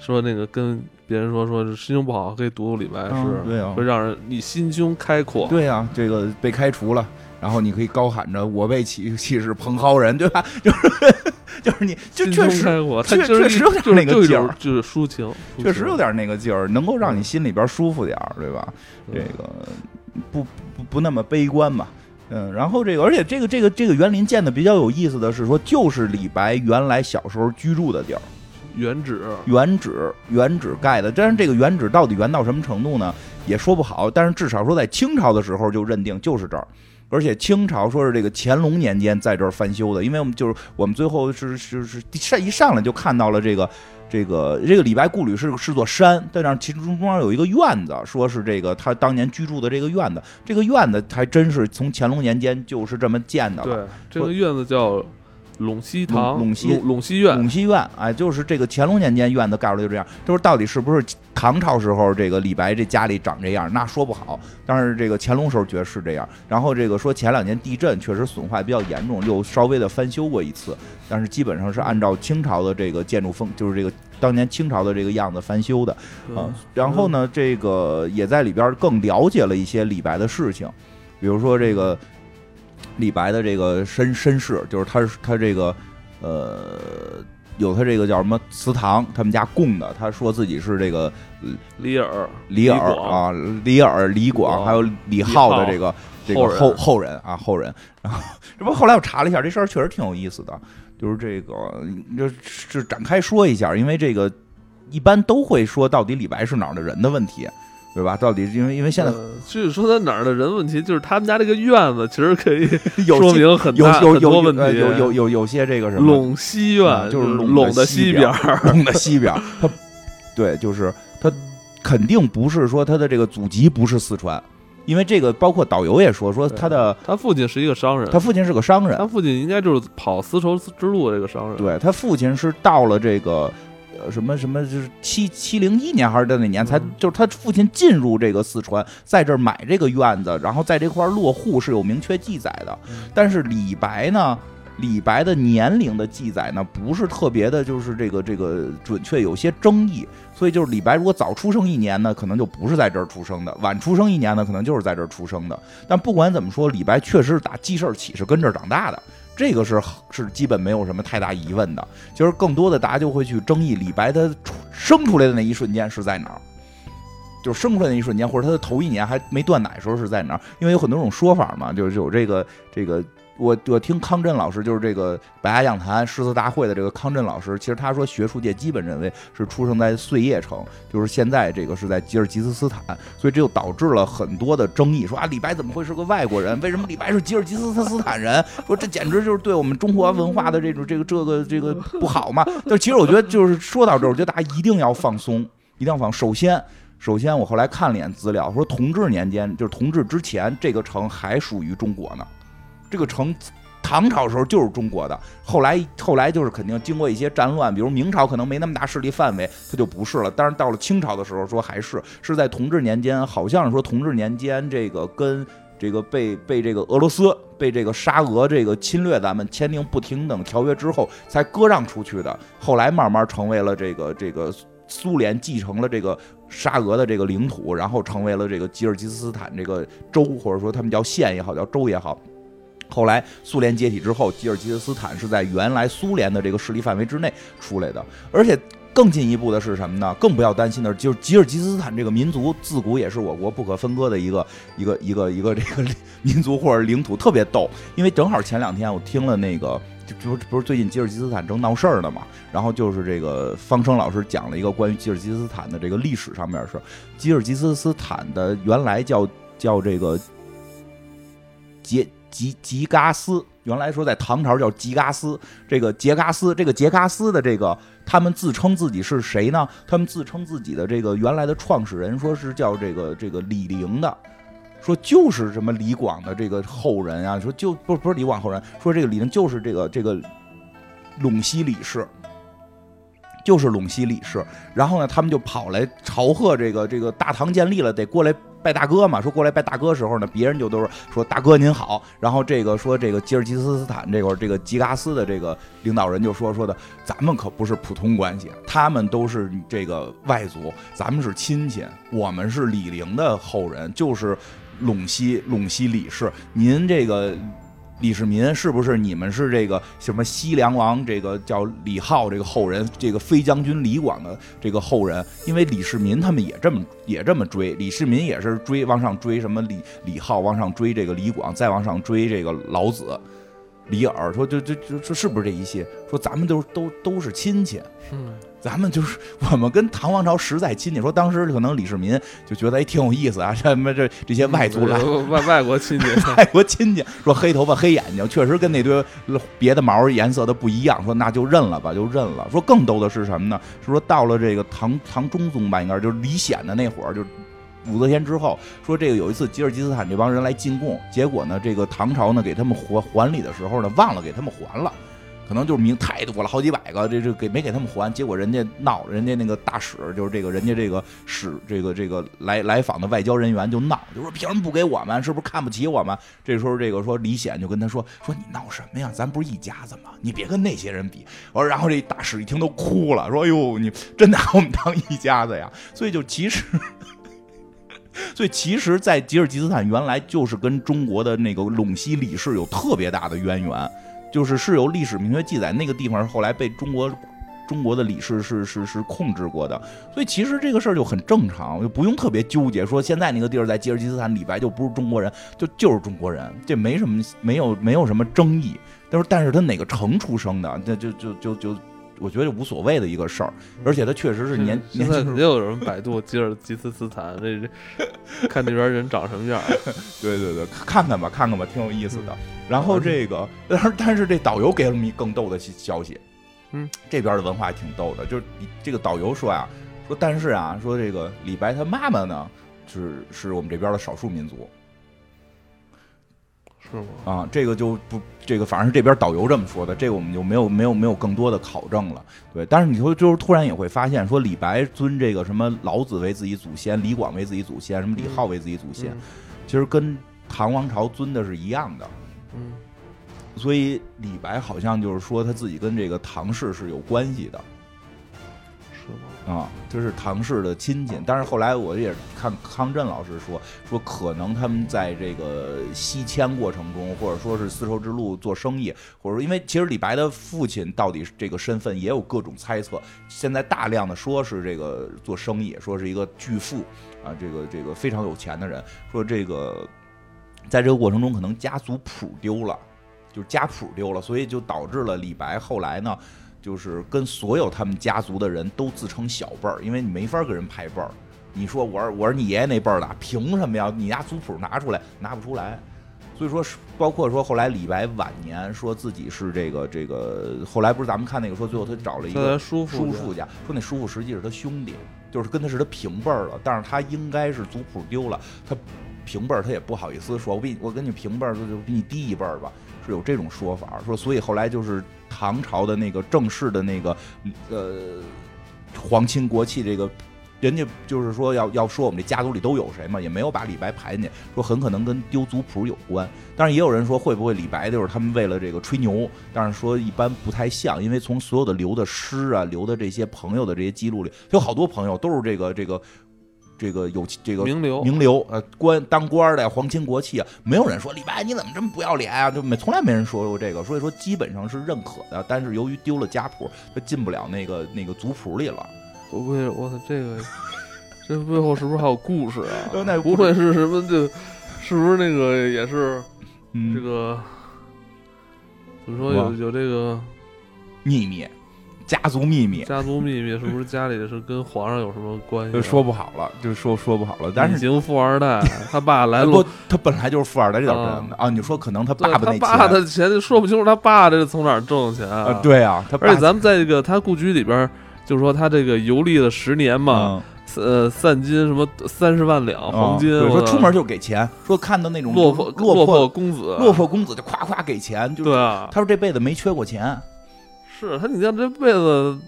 [SPEAKER 1] 说那个跟别人说说是心情不好可以读读李白诗，
[SPEAKER 2] 嗯对啊
[SPEAKER 1] 会让人你心胸开阔。
[SPEAKER 2] 对呀、啊这个被开除了，然后你可以高喊着“我辈岂岂是蓬蒿人”，对吧？就是就是你，就
[SPEAKER 1] 心
[SPEAKER 2] 确
[SPEAKER 1] 胸
[SPEAKER 2] 实
[SPEAKER 1] 开阔，
[SPEAKER 2] 确
[SPEAKER 1] 它就是
[SPEAKER 2] 确实有点
[SPEAKER 1] 就是
[SPEAKER 2] 那个
[SPEAKER 1] 就一
[SPEAKER 2] 劲儿
[SPEAKER 1] 种就是抒情，抒
[SPEAKER 2] 确实
[SPEAKER 1] 情
[SPEAKER 2] 有点那个劲儿，能够让你心里边舒服点儿，对吧？这个不不不那么悲观吧。嗯，然后这个，而且这个这个这个园林建的比较有意思的是说，就是李白原来小时候居住的地儿，
[SPEAKER 1] 原址，
[SPEAKER 2] 原址原址盖的。但是这个原址到底原到什么程度呢？也说不好。但是至少说在清朝的时候就认定就是这儿，而且清朝说是这个乾隆年间在这儿翻修的，因为我们就是我们最后是是是上一上来就看到了这个。这个这个李白故里是是座山，但是其中中间有一个院子，说是这个他当年居住的这个院子，这个院子还真是从乾隆年间就是这么建的
[SPEAKER 1] 对，
[SPEAKER 2] 了。
[SPEAKER 1] 这个院子叫陇西
[SPEAKER 2] 陇
[SPEAKER 1] 堂，
[SPEAKER 2] 陇西
[SPEAKER 1] 陇西院，
[SPEAKER 2] 陇西院，哎，就是这个乾隆年间院子盖出来就这样，就是到底是不是唐朝时候这个李白这家里长这样，那说不好。但是这个乾隆时候觉得是这样，然后这个说前两年地震确实损坏比较严重，又稍微的翻修过一次，但是基本上是按照清朝的这个建筑风，就是这个当年清朝的这个样子翻修的。
[SPEAKER 1] 对
[SPEAKER 2] 啊，然后呢，这个也在里边儿更了解了一些李白的事情，比如说这个李白的这个身身世，就是他是他这个呃有他这个叫什么祠堂，他们家供的，他说自己是这个
[SPEAKER 1] 嗯李耳，
[SPEAKER 2] 李耳
[SPEAKER 1] 广，
[SPEAKER 2] 啊，李耳、李
[SPEAKER 1] 哦
[SPEAKER 2] 广还有李
[SPEAKER 1] 浩
[SPEAKER 2] 浩的这个这个
[SPEAKER 1] 后人
[SPEAKER 2] 后后人啊后人，然后这不后来我查了一下，这事儿确实挺有意思的，就是这个就是展开说一下，因为这个一般都会说到底李白是哪儿的人的问题，对吧？到底因为因为现在
[SPEAKER 1] 呃就是说他哪儿的人问题，就是他们家这个院子其实可以
[SPEAKER 2] 有
[SPEAKER 1] 说
[SPEAKER 2] 些
[SPEAKER 1] 明呃很
[SPEAKER 2] 有
[SPEAKER 1] 大
[SPEAKER 2] 有
[SPEAKER 1] 很多
[SPEAKER 2] 有
[SPEAKER 1] 问
[SPEAKER 2] 呃
[SPEAKER 1] 题，
[SPEAKER 2] 有有有有些这个什 么
[SPEAKER 1] 陇西院
[SPEAKER 2] 嗯就是
[SPEAKER 1] 陇
[SPEAKER 2] 的
[SPEAKER 1] 西
[SPEAKER 2] 边
[SPEAKER 1] 边儿，
[SPEAKER 2] 儿，陇的西边儿，他对，就是他肯定不是说他的这个祖籍不是四川。因为这个，包括导游也说说他的
[SPEAKER 1] 他父亲是一个商人，
[SPEAKER 2] 他父亲是个商人
[SPEAKER 1] 他，父亲应该就是跑丝绸之路的这个商人，，
[SPEAKER 2] 对他父亲是到了这个。呃，什么什么，就是七七零一年还是在哪年才，
[SPEAKER 1] 嗯
[SPEAKER 2] 就是他父亲进入这个四川，在这儿买这个院子，然后在这块儿落户是有明确记载的。但是李白呢，李白的年龄的记载呢，不是特别的，就是这个这个准确，有些争议。所以就是李白如果早出生一年呢，可能就不是在这儿出生的；晚出生一年呢，可能就是在这儿出生的。但不管怎么说，李白确实是打记事儿起是跟这儿长大的，这个是是基本没有什么太大疑问的。其实更多的大家就会去争议李白他出生出来的那一瞬间是在哪儿。就是生出来那一瞬间，或者他的头一年还没断奶的时候是在哪儿？因为有很多种说法嘛，就是有这个这个，我我听康震老师，就是这个百家讲坛诗词大会的这个康震老师，其实他说学术界基本认为是出生在碎叶城，就是现在这个是在吉尔吉斯斯坦，所以这就导致了很多的争议，说啊李白怎么会是个外国人？为什么李白是吉尔吉斯斯坦人？说这简直就是对我们中国文化的这种这个这个这个不好嘛。但其实我觉得就是说到这儿，我觉得大家一定要放松，一定要放。首先。首先，我后来看了一眼资料，说同治年间，就是同治之前，这个城还属于中国呢。这个城唐朝时候就是中国的，后来后来就是肯定经过一些战乱，比如明朝可能没那么大势力范围，它就不是了。但是到了清朝的时候，说还是是在同治年间，好像是说同治年间这个跟这个被被这个俄罗斯被这个沙俄这个侵略咱们签订不平等条约之后才割让出去的，后来慢慢成为了这个这个苏联继承了这个沙俄的这个领土，然后成为了这个吉尔吉斯斯坦这个州，或者说他们叫县也好，叫州也好。后来苏联解体之后，吉尔吉斯斯坦是在原来苏联的这个势力范围之内出来的，而且。更进一步的是什么呢？更不要担心的是，就是吉尔吉斯斯坦这个民族，自古也是我国不可分割的一个一个一个一个这个民族或者领土，特别逗。因为正好前两天我听了那个，就就不是最近吉尔吉斯斯坦正闹事儿呢嘛，然后就是这个方生老师讲了一个关于吉尔吉斯斯坦的这个历史上面是吉尔吉斯斯坦的原来叫叫这个杰吉吉嘎斯，原来说在唐朝叫吉嘎斯，这个杰嘎斯，这个杰嘎斯的这个他们自称自己是谁呢？他们自称自己的这个原来的创始人说是叫这个这个李陵的。说就是什么李广的这个后人啊，说就不是不是李广后人，说这个李人就是这个这个陇西李氏，就是陇西李氏。然后呢，他们就跑来朝贺这个这个大唐建立了，得过来拜大哥嘛。说过来拜大哥时候呢，别人就都是说大哥您好。然后这个说这个吉尔吉斯斯坦这块儿这个吉嘎斯的这个领导人就说说的，咱们可不是普通关系，他们都是这个外族，咱们是亲戚，我们是李陵的后人，就是陇西陇西李氏。您这个李世民是不是你们是这个什么西凉王这个叫李浩这个后人，这个飞将军李广的这个后人？因为李世民他们也这么也这么追，李世民也是追往上追什么李李浩，往上追这个李广，再往上追这个老子。李耳说：“就就就说是不是这一系？说咱们都都都是亲戚，
[SPEAKER 1] 嗯，
[SPEAKER 2] 咱们就是我们跟唐王朝实在亲戚。说当时可能李世民就觉得哎挺有意思啊，什么这这些外族来
[SPEAKER 1] 嗯外外国 亲戚，
[SPEAKER 2] 外国亲戚，说黑头发黑眼睛，确实跟那堆别的毛颜色的不一样。说那就认了吧，就认了。说更逗的是什么呢？是说到了这个唐唐中宗吧，应该是就是李显的那会儿，就是武则天之后，说这个有一次吉尔吉斯斯坦这帮人来进贡，结果呢，这个唐朝呢给他们还还礼的时候呢，忘了给他们还了。可能就是名太多了，好几百个，这这给没给他们还，结果人家闹，人家那个大使就是这个人家这个使这个这个来来访的外交人员就闹，就说凭什么不给我们？是不是看不起我们？这时候这个说李显就跟他说说你闹什么呀？咱不是一家子吗？你别跟那些人比。我说，然后这大使一听都哭了，说哎呦，你真拿我们当一家子呀？所以就其实。 所以其实，在吉尔吉斯斯坦原来就是跟中国的那个陇西李氏有特别大的渊源，就是是有历史明确记载，那个地方后来被中国中国的李氏是是是控制过的。所以其实这个事儿就很正常，就不用特别纠结说现在那个地儿在吉尔吉斯斯坦里白就不是中国人，就就是中国人，这没什么没有没有什么争议。但是但是他哪个城出生的，那就就就就。我觉得无所谓的一个事儿，而且他确实是年
[SPEAKER 1] 现
[SPEAKER 2] 年
[SPEAKER 1] 在
[SPEAKER 2] 轻
[SPEAKER 1] 肯定有人百度吉尔吉斯斯坦，这这看那边人长什么样儿。
[SPEAKER 2] 对对对，看看吧，看看吧，挺有意思
[SPEAKER 1] 嗯
[SPEAKER 2] 的。然后这个，但是但是这导游给了我们一更逗的信消息，
[SPEAKER 1] 嗯，
[SPEAKER 2] 这边的文化挺逗的，就是这个导游说呀、说但是啊，说这个李白他妈妈呢，是是我们这边的少数民族
[SPEAKER 1] 是吗？
[SPEAKER 2] 啊，这个就不这个反正是这边导游这么说的，这个我们就没有没有没有更多的考证了。对，但是你说就是突然也会发现，说李白尊这个什么老子为自己祖先，李广为自己祖先，什么李浩为自己祖先，
[SPEAKER 1] 嗯
[SPEAKER 2] 其实跟唐王朝尊的是一样的。
[SPEAKER 1] 嗯，
[SPEAKER 2] 所以李白好像就是说他自己跟这个唐氏是有关系的
[SPEAKER 1] 是吗？
[SPEAKER 2] 啊，就是唐氏的亲戚。但是后来我也看康震老师说，说可能他们在这个西迁过程中，或者说是丝绸之路做生意，或者说因为其实李白的父亲到底是这个身份也有各种猜测。现在大量的说是这个做生意，说是一个巨富啊，这个这个非常有钱的人，说这个在这个过程中可能家族谱丢了。就是家谱丢了，所以就导致了李白后来呢，就是跟所有他们家族的人都自称小辈儿，因为你没法跟人排辈儿。你说我是我是你爷爷那辈儿的，凭什么呀？你家族谱拿出来，拿不出来。所以说是，包括说后来李白晚年说自己是这个这个，后来不是咱们看那个说最后他找了一
[SPEAKER 1] 他
[SPEAKER 2] 个
[SPEAKER 1] 的叔父
[SPEAKER 2] 叔父家，说那叔父实际是他兄弟，就是跟他是他平辈儿了，但是他应该是族谱丢了，他平辈儿他也不好意思说，我比你我跟你平辈儿就就比你低一辈儿吧，是有这种说法儿，说所以后来就是唐朝的那个正式的那个呃皇亲国戚这个。人家就是说要要说我们这家族里都有谁嘛，也没有把李白排进去，说很可能跟丢族谱有关。当然也有人说会不会李白就是他们为了这个吹牛，但是说一般不太像，因为从所有的留的诗啊、留的这些朋友的这些记录里，有好多朋友都是这个这个这个有这个
[SPEAKER 1] 名流，
[SPEAKER 2] 名流，呃，官当官的呀，皇亲国戚啊，没有人说李白你怎么这么不要脸啊？就没从来没人说过这个，所以说基本上是认可的。但是由于丢了家谱，他进不了那个那个族谱里了。
[SPEAKER 1] 啊不会，我操，这个这背后是不是还有故事啊
[SPEAKER 2] 呃那？
[SPEAKER 1] 不会是什么这？是不是那个也是
[SPEAKER 2] 嗯
[SPEAKER 1] 这个？怎么说有
[SPEAKER 2] 哇
[SPEAKER 1] 有这个
[SPEAKER 2] 秘密，家族秘 密，
[SPEAKER 1] 家族秘密？是不是家里是跟皇上有什么关系啊？
[SPEAKER 2] 就 说不好了，就说说不好了。但
[SPEAKER 1] 李
[SPEAKER 2] 是
[SPEAKER 1] 靖富二代，他爸来
[SPEAKER 2] 哎
[SPEAKER 1] 洛
[SPEAKER 2] 不，他本来就是富二代，这点儿真的啊。你说可能他
[SPEAKER 1] 对
[SPEAKER 2] 爸爸那
[SPEAKER 1] 他爸
[SPEAKER 2] 钱
[SPEAKER 1] 的钱就说不清楚，他爸这是从哪儿挣的钱啊
[SPEAKER 2] 啊，对啊，他爸
[SPEAKER 1] 而且咱们在这个他故居里边儿，就是说他这个游历了十年嘛，
[SPEAKER 2] 嗯
[SPEAKER 1] 呃散金什么三十万两黄金，
[SPEAKER 2] 啊对
[SPEAKER 1] 我
[SPEAKER 2] 说
[SPEAKER 1] 操
[SPEAKER 2] 出门就给钱，说看到那种
[SPEAKER 1] 落魄
[SPEAKER 2] 落
[SPEAKER 1] 魄
[SPEAKER 2] 魄
[SPEAKER 1] 公子，
[SPEAKER 2] 落魄公子就夸夸给钱，就是
[SPEAKER 1] 对啊，
[SPEAKER 2] 他说这辈子没缺过钱，
[SPEAKER 1] 是他你像这辈子，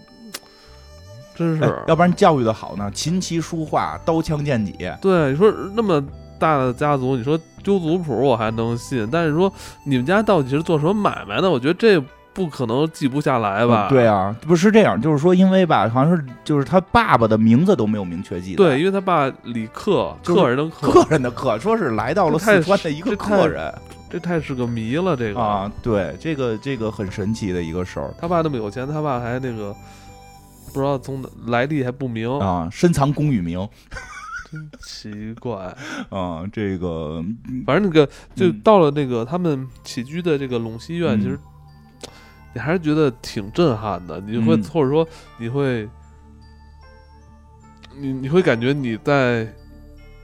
[SPEAKER 1] 真是、
[SPEAKER 2] 哎要不然教育的好呢，琴棋书画、刀枪剑戟，
[SPEAKER 1] 对你说那么大的家族，你说丢族谱我还能信，但是说你们家到底是做什么买卖的？我觉得这不可能记不下来吧？
[SPEAKER 2] 嗯对啊，不是这样，就是说，因为吧，好像是就是他爸爸的名字都没有明确记载，
[SPEAKER 1] 对，因为他爸李克，
[SPEAKER 2] 就是
[SPEAKER 1] 客人的客，
[SPEAKER 2] 客人的客，说是来到了
[SPEAKER 1] 这太
[SPEAKER 2] 四川的一个
[SPEAKER 1] 这太
[SPEAKER 2] 客人
[SPEAKER 1] 这太是个谜了。这个、
[SPEAKER 2] 啊，对，这个这个很神奇的一个事儿
[SPEAKER 1] 他爸那么有钱，他爸还那个不知道从哪来历还不明，
[SPEAKER 2] 啊，深藏功与名
[SPEAKER 1] 真奇怪。
[SPEAKER 2] 啊，这个
[SPEAKER 1] 反正那个就
[SPEAKER 2] 嗯
[SPEAKER 1] 到了那个他们起居的这个陇西院，
[SPEAKER 2] 嗯
[SPEAKER 1] 其实你还是觉得挺震撼的。你会
[SPEAKER 2] 嗯
[SPEAKER 1] 或者说你会，你你会感觉你在，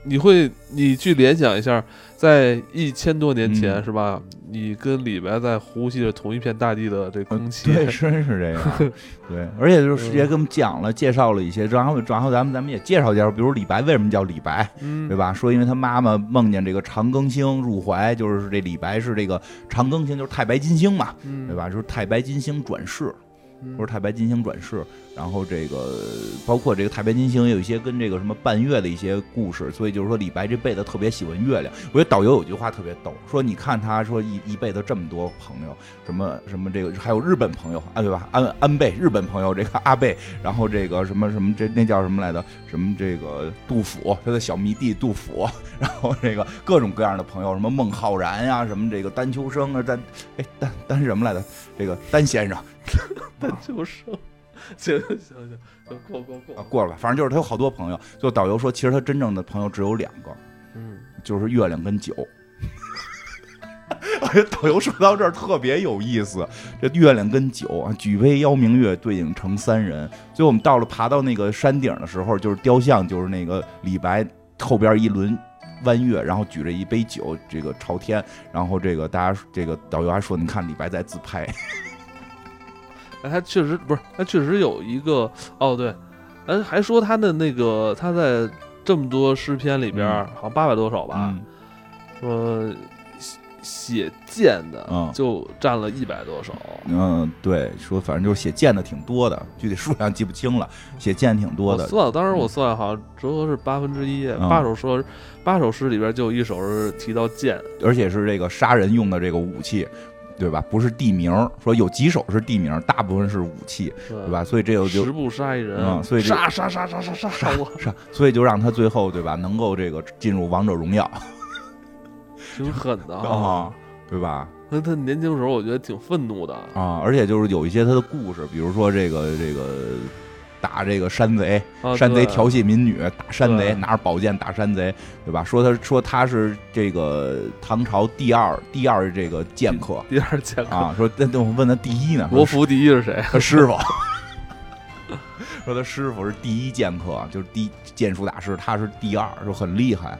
[SPEAKER 1] 你会你去联想一下，在一千多年前
[SPEAKER 2] 嗯
[SPEAKER 1] 是吧？你跟李白在呼吸着同一片大地的这空气，
[SPEAKER 2] 对，真是这样，对，而且
[SPEAKER 1] 嗯
[SPEAKER 2] 就是也给我们讲了，介绍了一些，然后然后咱们咱们也介绍介绍，比如李白为什么叫李白，
[SPEAKER 1] 嗯，
[SPEAKER 2] 对吧？说因为他妈妈梦见这个长庚星入怀，就是这李白是这个长庚星，就是太白金星嘛，
[SPEAKER 1] 嗯，
[SPEAKER 2] 对吧？就是太白金星转世，
[SPEAKER 1] 嗯？
[SPEAKER 2] 不是太白金星转世，然后这个包括这个太白金星也有一些跟这个什么半月的一些故事，所以就是说李白这辈子特别喜欢月亮。我觉得导游有句话特别逗，说你看他说一一辈子这么多朋友，什么什么这个还有日本朋友啊对吧？安安倍日本朋友这个阿贝，然后这个什么什么这那叫什么来着？什么这个杜甫他的小迷弟杜甫，然后这个各种各样的朋友，什么孟浩然呀、什么这个丹丘生啊，丹哎丹丹什么来着？这个丹先生。
[SPEAKER 1] 但就是，行行行行，过过
[SPEAKER 2] 啊
[SPEAKER 1] 过，，
[SPEAKER 2] 过了吧，反正就是他有好多朋友。就导游说，其实他真正的朋友只有两个，
[SPEAKER 1] 嗯，
[SPEAKER 2] 就是月亮跟酒。 我觉得导游说到这儿特别有意思，这月亮跟酒啊，举杯邀明月，对影成三人。所以我们到了爬到那个山顶的时候，就是雕像，就是那个李白后边一轮弯月，然后举着一杯酒，这个朝天。然后这个大家这个导游还说，你看李白在自拍，
[SPEAKER 1] 哎，他确实不是，他确实有一个哦，对，哎，还说他的那个他在这么多诗篇里边儿，好像八百多首吧，
[SPEAKER 2] 嗯
[SPEAKER 1] 说写写剑的
[SPEAKER 2] 嗯
[SPEAKER 1] 就占了一百多首，
[SPEAKER 2] 嗯，对，说反正就是写箭的挺多的，具体数量记不清了，写箭挺多
[SPEAKER 1] 我
[SPEAKER 2] 的。
[SPEAKER 1] 算当时我算好像折合是八分之一，
[SPEAKER 2] 嗯
[SPEAKER 1] 八首诗，八首诗里边就有一首是提到剑，
[SPEAKER 2] 而且是这个杀人用的这个武器，对吧？不是地名儿，说有几首是地名儿，大部分是武器，
[SPEAKER 1] 对
[SPEAKER 2] 对？吧？所以这就
[SPEAKER 1] 十
[SPEAKER 2] 就
[SPEAKER 1] 步杀一人，
[SPEAKER 2] 嗯所以这
[SPEAKER 1] 杀杀杀杀杀杀杀我，
[SPEAKER 2] 是啊，所以就让他最后对吧，能够这个进入王者荣耀
[SPEAKER 1] 挺狠的啊！
[SPEAKER 2] 啊，对吧？
[SPEAKER 1] 那他年轻时候我觉得挺愤怒的，
[SPEAKER 2] 啊，而且就是有一些他的故事，比如说这个这个打这个山贼，
[SPEAKER 1] 啊
[SPEAKER 2] 山贼
[SPEAKER 1] 对
[SPEAKER 2] 调戏民女，打山
[SPEAKER 1] 对
[SPEAKER 2] 贼，拿着宝剑打山贼，对吧？说他说他是这个唐朝第二第二这个剑客
[SPEAKER 1] 第二剑客，
[SPEAKER 2] 啊，说那那我问他第一呢？
[SPEAKER 1] 罗浮第一是谁？
[SPEAKER 2] 他师傅， 说他师傅是第一剑客，啊就是第一剑术大师，他是第二，说很厉害。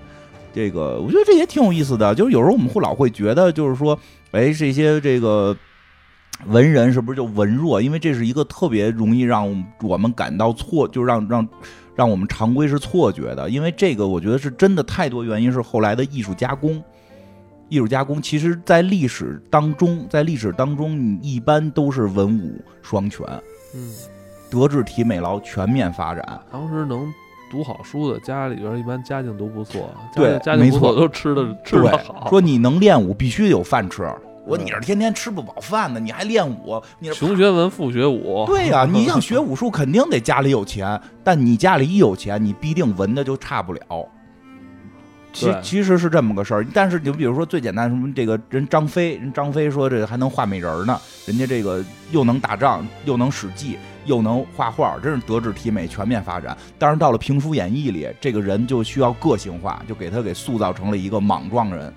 [SPEAKER 2] 这个我觉得这也挺有意思的，就是有时候我们会老会觉得，就是说，哎，这些这个文人是不是就文弱？因为这是一个特别容易让我们感到错，就让让让我们常规是错觉的，因为这个我觉得是真的太多原因是后来的艺术加工。艺术加工其实，在历史当中，在历史当中，你一般都是文武双全，
[SPEAKER 1] 嗯。
[SPEAKER 2] 德智体美劳全面发展。
[SPEAKER 1] 当时能读好书的家里边，一般家境都不错，
[SPEAKER 2] 对
[SPEAKER 1] 家境家境不错，
[SPEAKER 2] 没错嗯
[SPEAKER 1] 都吃的吃
[SPEAKER 2] 对
[SPEAKER 1] 的好，
[SPEAKER 2] 说你能练武，必须有饭吃。我你是天天吃不饱饭的，你还练武？你是
[SPEAKER 1] 穷学文，富学武，
[SPEAKER 2] 对 呀、你想学武术，肯定得家里有钱。 但你家里一有钱，你必定文的就差不了。其
[SPEAKER 1] 对
[SPEAKER 2] 其实是这么个事儿，但是你比如说最简单，什么这个人张飞，人张飞说这还能画美人儿呢，人家这个又能打仗，又能使计，又能画画，真是德智体美全面发展。但是到了评书演义里，这个人就需要个性化，就给他给塑造成了一个莽撞人。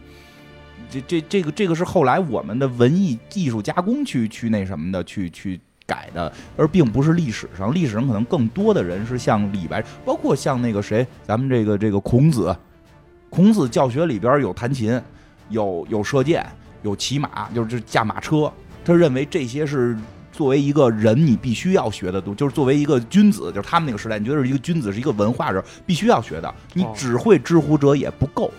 [SPEAKER 2] 这这这个这个是后来我们的文艺艺术加工去去那什么的去去改的，而并不是历史上，历史上可能更多的人是像李白，包括像那个谁，咱们这个这个孔子，孔子教学里边有弹琴，有有射箭，有骑马，就是就是驾马车，他认为这些是作为一个人，你必须要学的东，就是作为一个君子，就是他们那个时代，你觉得是一个君子，是一个文化人，必须要学的。你
[SPEAKER 1] 哦
[SPEAKER 2] 只会知乎者也不够，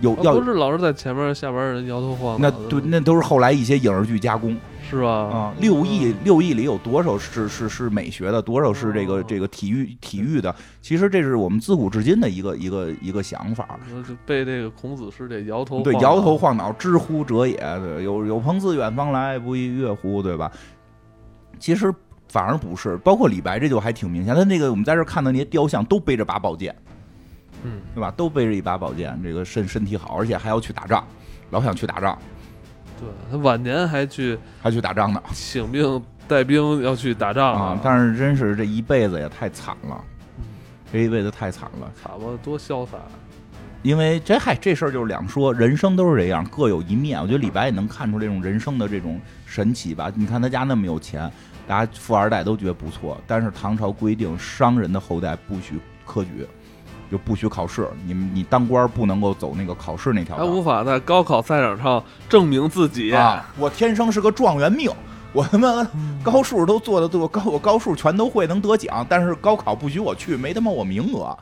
[SPEAKER 2] 有
[SPEAKER 1] 啊
[SPEAKER 2] 要
[SPEAKER 1] 不是老是在前面下边儿人摇头晃
[SPEAKER 2] 那
[SPEAKER 1] 脑的吗，
[SPEAKER 2] 对，那都是后来一些影视剧加工
[SPEAKER 1] 是吧？
[SPEAKER 2] 啊
[SPEAKER 1] 啊。
[SPEAKER 2] 六艺六艺里有多少是是是美学的，多少是这个
[SPEAKER 1] 哦
[SPEAKER 2] 这个体育体育的？其实这是我们自古至今的一个一个一个想法。
[SPEAKER 1] 就被这个孔子师这摇头
[SPEAKER 2] 对，
[SPEAKER 1] 晃
[SPEAKER 2] 摇
[SPEAKER 1] 脑
[SPEAKER 2] 头晃脑，知乎者也。对有有朋自远方来，不亦乐乎，对吧？其实反而不是，包括李白，这就还挺明显。他那个我们在这儿看到那些雕像，都背着把宝剑，
[SPEAKER 1] 嗯，
[SPEAKER 2] 对吧？都背着一把宝剑，这个身身体好，而且还要去打仗，老想去打仗，
[SPEAKER 1] 对他晚年还去
[SPEAKER 2] 还去打仗呢
[SPEAKER 1] 请兵带兵要去打仗
[SPEAKER 2] 啊！但是真是这一辈子也太惨了，这一辈子太惨了。
[SPEAKER 1] 卡巴多潇洒，啊
[SPEAKER 2] 因为这嗨，这事儿就是两说，人生都是这样，各有一面。我觉得李白也能看出这种人生的这种神奇吧。你看他家那么有钱，大家富二代都觉得不错，但是唐朝规定商人的后代不许科举，就不许考试，你你当官儿不能够走那个考试那条
[SPEAKER 1] 他
[SPEAKER 2] 道
[SPEAKER 1] 无法在高考赛场上证明自己。
[SPEAKER 2] 啊！我天生是个状元命， 我他妈高数都做的对，我高我高数全都会，能得奖，但是高考不许我去，没他妈我名额。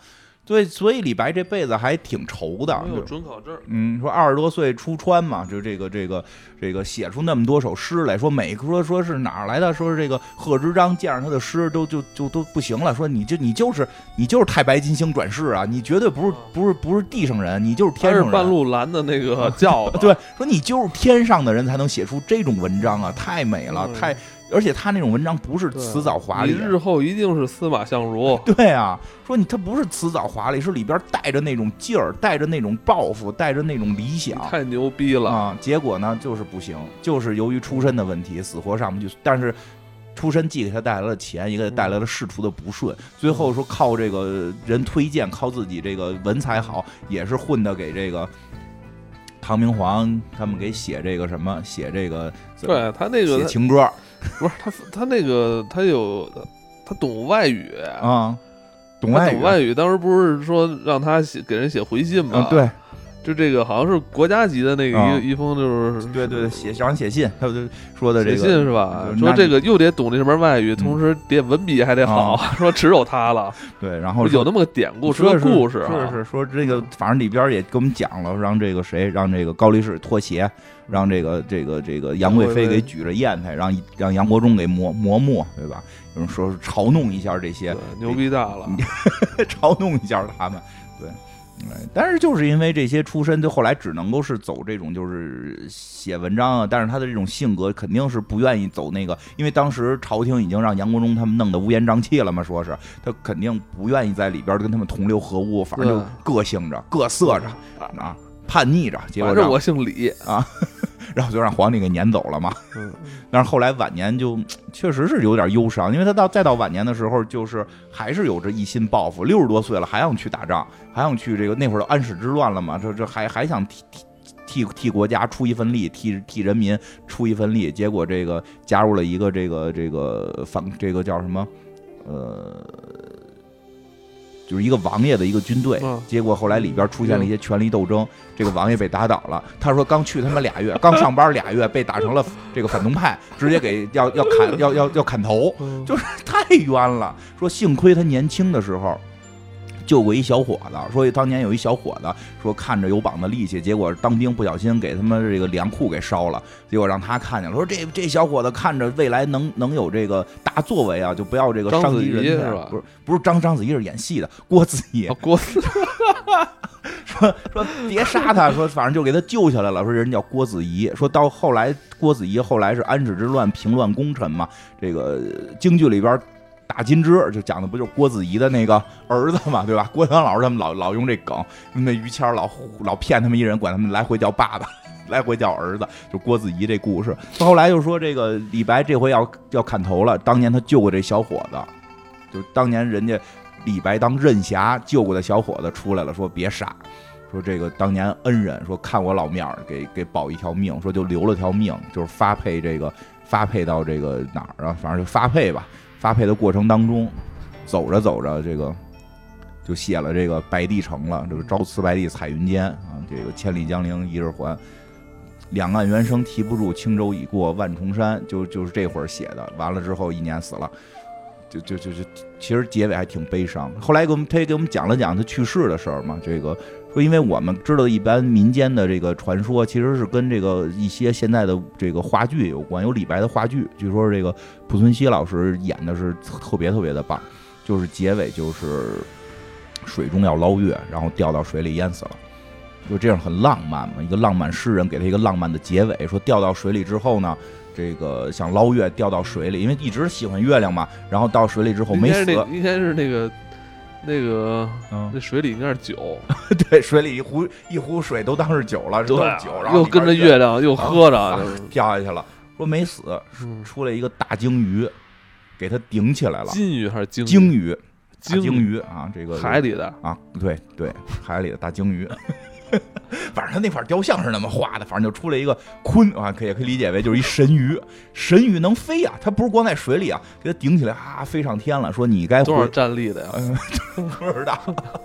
[SPEAKER 2] 对，所以李白这辈子还挺愁的，
[SPEAKER 1] 没
[SPEAKER 2] 就
[SPEAKER 1] 有准考证，
[SPEAKER 2] 嗯，说二十多岁出川嘛，就这个这个这个写出那么多首诗来说，每个说说是哪儿来的？说是这个贺知章见着他的诗都就就都不行了，说你这你就是你就是太白金星转世啊，你绝对
[SPEAKER 1] 嗯
[SPEAKER 2] 不是不是不是地上人，你就是
[SPEAKER 1] 他
[SPEAKER 2] 天
[SPEAKER 1] 是
[SPEAKER 2] 上
[SPEAKER 1] 半
[SPEAKER 2] 人。
[SPEAKER 1] 路拦的那 个轿子，
[SPEAKER 2] 对，说你就是天上的人才能写出这种文章啊，太美了，
[SPEAKER 1] 对
[SPEAKER 2] 太而且他那种文章不是
[SPEAKER 1] 嗯对
[SPEAKER 2] 辞藻华
[SPEAKER 1] 你
[SPEAKER 2] 丽，
[SPEAKER 1] 日后一定是司马相如。
[SPEAKER 2] 对啊，说你他不是辞藻华丽，是里边带着那种劲儿，带着那种抱负，带着那种理想，
[SPEAKER 1] 太牛逼了！
[SPEAKER 2] 啊、结果呢就是不行，就是由于出身的问题，死活上不去。但是出身既给他带来了钱，也给他带来了仕途的不顺。最后说靠这个人推荐，靠自己这个文采好，也是混的给这个唐明皇他们给写这个什么，写这个怎么
[SPEAKER 1] 对他那个
[SPEAKER 2] 写情歌
[SPEAKER 1] 不是他他那个他有他懂外语，
[SPEAKER 2] 啊，懂
[SPEAKER 1] 他
[SPEAKER 2] 外
[SPEAKER 1] 懂
[SPEAKER 2] 语。
[SPEAKER 1] 外语。当时不是说让他写给人写回信
[SPEAKER 2] 嗯
[SPEAKER 1] 吗？，，
[SPEAKER 2] 对
[SPEAKER 1] 就这个好像是国家级的那个一、
[SPEAKER 2] 啊
[SPEAKER 1] 一封就是
[SPEAKER 2] 对对，对写让人写信，他就说的
[SPEAKER 1] 写
[SPEAKER 2] 这个嗯
[SPEAKER 1] 信是吧？
[SPEAKER 2] 就是
[SPEAKER 1] 说
[SPEAKER 2] 那
[SPEAKER 1] 这个又得懂这门外语，同时得文笔还得好。 说只有他 了，
[SPEAKER 2] 对，然
[SPEAKER 1] 有
[SPEAKER 2] 后啊说
[SPEAKER 1] 那么个典故，
[SPEAKER 2] 是
[SPEAKER 1] 个
[SPEAKER 2] 是
[SPEAKER 1] 故事啊，
[SPEAKER 2] 是是说这个，反正里边也给我们讲了，让这个谁，让这个高力士脱鞋，让这个这个这个杨贵妃给举着砚台，让让杨国忠给磨磨墨，对吧？有人说是嘲弄一下这
[SPEAKER 1] 对
[SPEAKER 2] 些，
[SPEAKER 1] 牛逼大了。
[SPEAKER 2] 嘲弄一下他们，对。哎但是就是因为这些出身，就后来只能够是走这种就是写文章啊，但是他的这种性格肯定是不愿意走那个，因为当时朝廷已经让杨国忠他们弄得乌烟瘴气了嘛，说是他肯定不愿意在里边跟他们同流合污，反正
[SPEAKER 1] 嗯
[SPEAKER 2] 就个性着、各色着啊，叛逆着，结果
[SPEAKER 1] 反
[SPEAKER 2] 让
[SPEAKER 1] 正我姓李，
[SPEAKER 2] 然后就让皇帝给撵走了嘛。
[SPEAKER 1] 嗯，
[SPEAKER 2] 但是后来晚年就确实是有点忧伤，因为他到再到晚年的时候，就是还是有着一心抱负，六十多岁了还想去打仗，还想去这个那会儿都安史之乱了嘛，这这还还想替替。替替国家出一份力，替替人民出一份力，结果这个加入了一个这个这个反这个叫什么，呃，就是一个王爷的一个军队，
[SPEAKER 1] 嗯
[SPEAKER 2] 结果后来里边出现了一些权力斗争，这个王爷被打倒了。他说刚去他妈俩月，刚上班俩月被打成了 这个反动派，直接给要要砍 要要要砍头，
[SPEAKER 1] 嗯
[SPEAKER 2] 就是太冤了。说幸亏他年轻的时候。救过一小伙子，说当年有一小伙子说看着有膀子力气，结果当兵不小心给他们这个粮库给烧了，结果让他看见了，说这这小伙子看着未来能能有这个大作为啊，就不要这个
[SPEAKER 1] 章
[SPEAKER 2] 伤
[SPEAKER 1] 子
[SPEAKER 2] 及
[SPEAKER 1] 怡
[SPEAKER 2] 人才
[SPEAKER 1] 是吧
[SPEAKER 2] 不是不是张章子怡是演戏的，郭子仪
[SPEAKER 1] 啊郭子
[SPEAKER 2] 说 说别杀他，说反正就给他救下来了。说人叫郭子仪，说到后来郭子仪后来是安史之乱平乱功臣嘛，这个呃京剧里边。打金枝就讲的不就是郭子仪的那个儿子嘛，对吧？郭德纲老师他们老老用这梗，那于谦儿老老骗他们一人，管他们来回叫爸 爸，来回叫儿子，就郭子仪这故事。到后来就说这个李白这回要要砍头了，当年他救过这小伙子，就当年人家李白当任侠救过的小伙子出来了，说别杀，说这个当年恩人，说看我老面儿给给保一条命，说就留了条命，就是发配这个发配到这个哪儿啊，反正就发配吧。发配的过程当中，走着走着，这个就写了这个白帝城了，这个朝辞白帝彩云间啊，这个千里江陵一日还。两岸猿声啼不住，轻舟已过万重山，就就是这会儿写的。完了之后，一年死了，就就就就，其实结尾还挺悲伤的。后来给我们，他也给我们讲了讲他去世的事儿嘛。这个说，因为我们知道一般民间的这个传说，其实是跟这个一些现在的这个话剧有关，有李白的话剧，据说这个濮存昕老师演的是特别特别的棒，就是结尾就是水中要捞月，然后掉到水里淹死了。就这样很浪漫嘛，一个浪漫诗人给他一个浪漫的结尾，说掉到水里之后呢，这个想捞月掉到水里，因为一直喜欢月亮嘛，然后到水里之后没
[SPEAKER 1] 应该是
[SPEAKER 2] 死，
[SPEAKER 1] 那应该是那个那个
[SPEAKER 2] 嗯，
[SPEAKER 1] 那水里应该是 酒，
[SPEAKER 2] 对，水里一壶一壶水都当是酒了，都
[SPEAKER 1] 对
[SPEAKER 2] 是
[SPEAKER 1] 啊
[SPEAKER 2] 酒，然，后
[SPEAKER 1] 又
[SPEAKER 2] 里边
[SPEAKER 1] 跟着
[SPEAKER 2] 月
[SPEAKER 1] 月亮又喝着，就是
[SPEAKER 2] 掉下去了，说没死，
[SPEAKER 1] 嗯
[SPEAKER 2] 出来一个大鲸鱼，给他顶起来了，
[SPEAKER 1] 金鱼还是鲸
[SPEAKER 2] 鲸鱼，大
[SPEAKER 1] 鲸
[SPEAKER 2] 鲸鱼啊，这个
[SPEAKER 1] 海里的，
[SPEAKER 2] 啊，对对，海里的大鲸鱼。 反正他那块雕像是那么画的，反正就出来一个鲲啊，可以也可以理解为就是一神鱼。神鱼能飞啊，它不是光在水里啊，给它顶起来啊，飞上天了。说你该回哎
[SPEAKER 1] 多少站立的呀？
[SPEAKER 2] 不知道，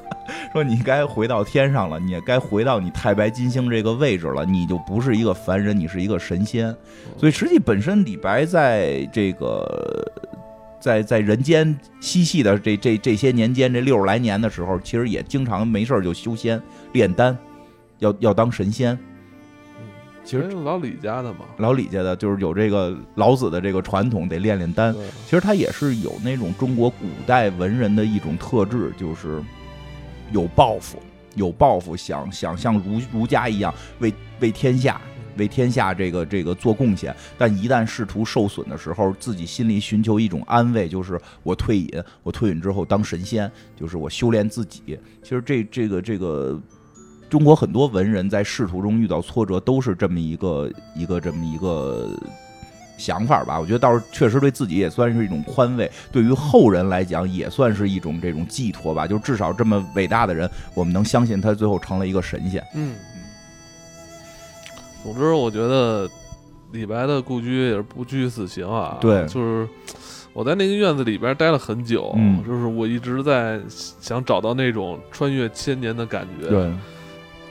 [SPEAKER 2] 说你该回到天上了，你也该回到你太白金星这个位置了，你就不是一个凡人，你是一个神仙。所以实际本身李白在这个在在人间嬉戏的这这这些年间，这六十来年的时候，其实也经常没事儿就修仙炼丹，要要当神仙。其实
[SPEAKER 1] 哎老李家的嘛，
[SPEAKER 2] 老李家的就是有这个老子的这个传统，得炼炼丹。
[SPEAKER 1] 对
[SPEAKER 2] 其实他也是有那种中国古代文人的一种特质，就是有抱负，有抱负，想想像儒儒家一样为为天下。为天下这个这个做贡献，但一旦仕途受损的时候，自己心里寻求一种安慰，就是我退隐，我退隐之后当神仙，就是我修炼自己。其实这这个这个，中国很多文人在仕途中遇到挫折，都是这么一个一个这么一个想法吧。我觉得倒是确实对自己也算是一种宽慰，对于后人来讲也算是一种这种寄托吧。就至少这么伟大的人，我们能相信他最后成了一个神仙。
[SPEAKER 1] 嗯，总之我觉得李白的故居也是不虚此行啊。
[SPEAKER 2] 对
[SPEAKER 1] 就是我在那个院子里边待了很久，
[SPEAKER 2] 嗯
[SPEAKER 1] 就是我一直在想找到那种穿越千年的感觉。，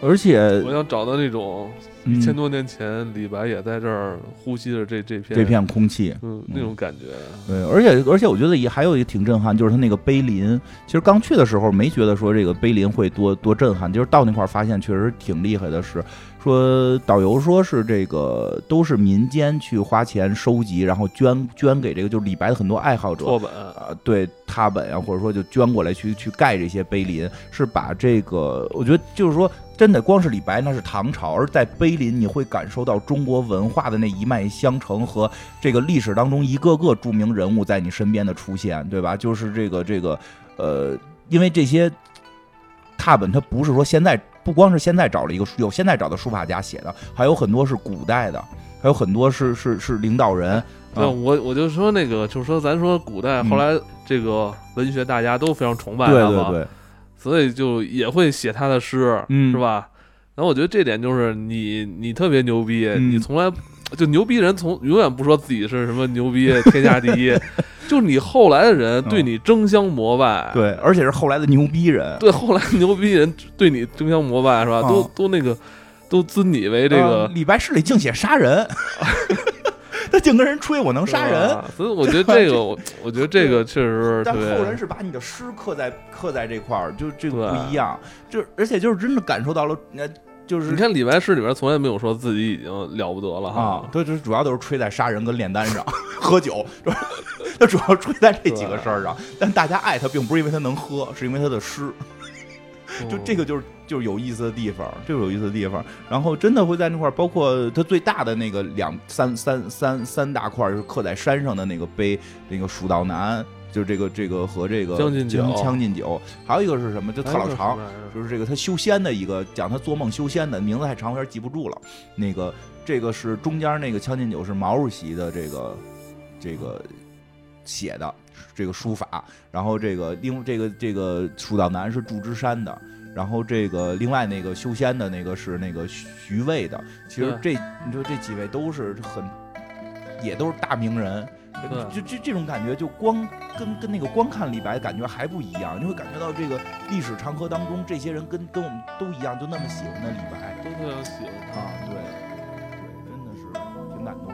[SPEAKER 2] 而且
[SPEAKER 1] 我想找到那种
[SPEAKER 2] 嗯
[SPEAKER 1] 一千多年前李白也在这儿呼吸着这这片
[SPEAKER 2] 这片空气，
[SPEAKER 1] 嗯那种感觉。
[SPEAKER 2] 对，而且而且我觉得也还有一个挺震撼，就是他那个碑林。其实刚去的时候没觉得说这个碑林会多多震撼，就是到那块儿发现确实挺厉害的是，说导游说是这个都是民间去花钱收集，然后捐捐给这个就是李白的很多爱好者，
[SPEAKER 1] 拓本，
[SPEAKER 2] 呃，对他本啊，或者说就捐过来去去盖这些碑林，是把这个，我觉得就是说，真的光是李白那是唐朝，而在碑林你会感受到中国文化的那一脉相承和这个历史当中一个个著名人物在你身边的出现，对吧？就是这个这个，呃，因为这些拓本它不是说现在不光是现在找了一个有现在找的书法家写的，还有很多是古代的，还有很多是是是领导人，
[SPEAKER 1] 对，
[SPEAKER 2] 啊
[SPEAKER 1] 我我就说那个，就说咱说古代，
[SPEAKER 2] 嗯
[SPEAKER 1] 后来这个文学大家都非常崇拜
[SPEAKER 2] 对
[SPEAKER 1] 他
[SPEAKER 2] 对
[SPEAKER 1] 嘛，
[SPEAKER 2] 对，
[SPEAKER 1] 所以就也会写他的诗，
[SPEAKER 2] 嗯
[SPEAKER 1] 是吧？然后我觉得这点就是你你特别牛逼，
[SPEAKER 2] 嗯
[SPEAKER 1] 你从来就牛逼人从永远不说自己是什么牛逼天下第 一，就是你后来的人对你争相膜拜，
[SPEAKER 2] 嗯对，而且是后来的牛逼人，
[SPEAKER 1] 哎 对后来牛逼人对你争相膜拜是吧？
[SPEAKER 2] 啊
[SPEAKER 1] 都都那个都尊你为这
[SPEAKER 2] 啊
[SPEAKER 1] 个
[SPEAKER 2] 李白诗里竟写杀 人，他竟跟人吹我能杀
[SPEAKER 1] 是
[SPEAKER 2] 人，
[SPEAKER 1] 吧所以我觉得这个我我觉得这个确实是
[SPEAKER 2] 但
[SPEAKER 1] 特
[SPEAKER 2] 后
[SPEAKER 1] 别
[SPEAKER 2] 人是把你的诗刻在刻在这块儿，就这个
[SPEAKER 1] 对
[SPEAKER 2] 不一样，就而且就是真的感受到了，呃，就是
[SPEAKER 1] 你看李白诗里边从来没有说自己已经了不得了哈，
[SPEAKER 2] 啊，他就是主要都是吹在杀人跟炼丹上，喝酒，主要他主要吹在这几个事儿上，但大家爱他并不是因为他能喝，是因为他的诗。就这个就是就是有意思的地方，就是有意思的地方。然后真的会在那块儿，包括它最大的那个两三三三三大块儿是刻在山上的那个碑，那个蜀道难，就这个这个和这个
[SPEAKER 1] 将进酒
[SPEAKER 2] 将将进酒，还有一个是什么？就
[SPEAKER 1] 嗯
[SPEAKER 2] 特老
[SPEAKER 1] 哎那是什
[SPEAKER 2] 长，，
[SPEAKER 1] 么玩意儿
[SPEAKER 2] 就是这个他修仙的一个讲他做梦修仙的名字太长，我有点记不住了。那个这个是中间那个《将进酒》是毛主席的这个这个写的这个书法，然后这个另这个这个蜀道难是祝枝山的。然后这个另外那个修仙的那个是那个徐徐渭的，其实这你说这几位都是很，也都是大名人，
[SPEAKER 1] 对
[SPEAKER 2] 就这这种感觉，就光跟跟那个光看李白感觉还不一样，你会感觉到这个历史长河当中，这些人跟跟我们都一样，就那么喜欢的李白啊
[SPEAKER 1] 都特别喜欢。
[SPEAKER 2] 啊，对。对挺感动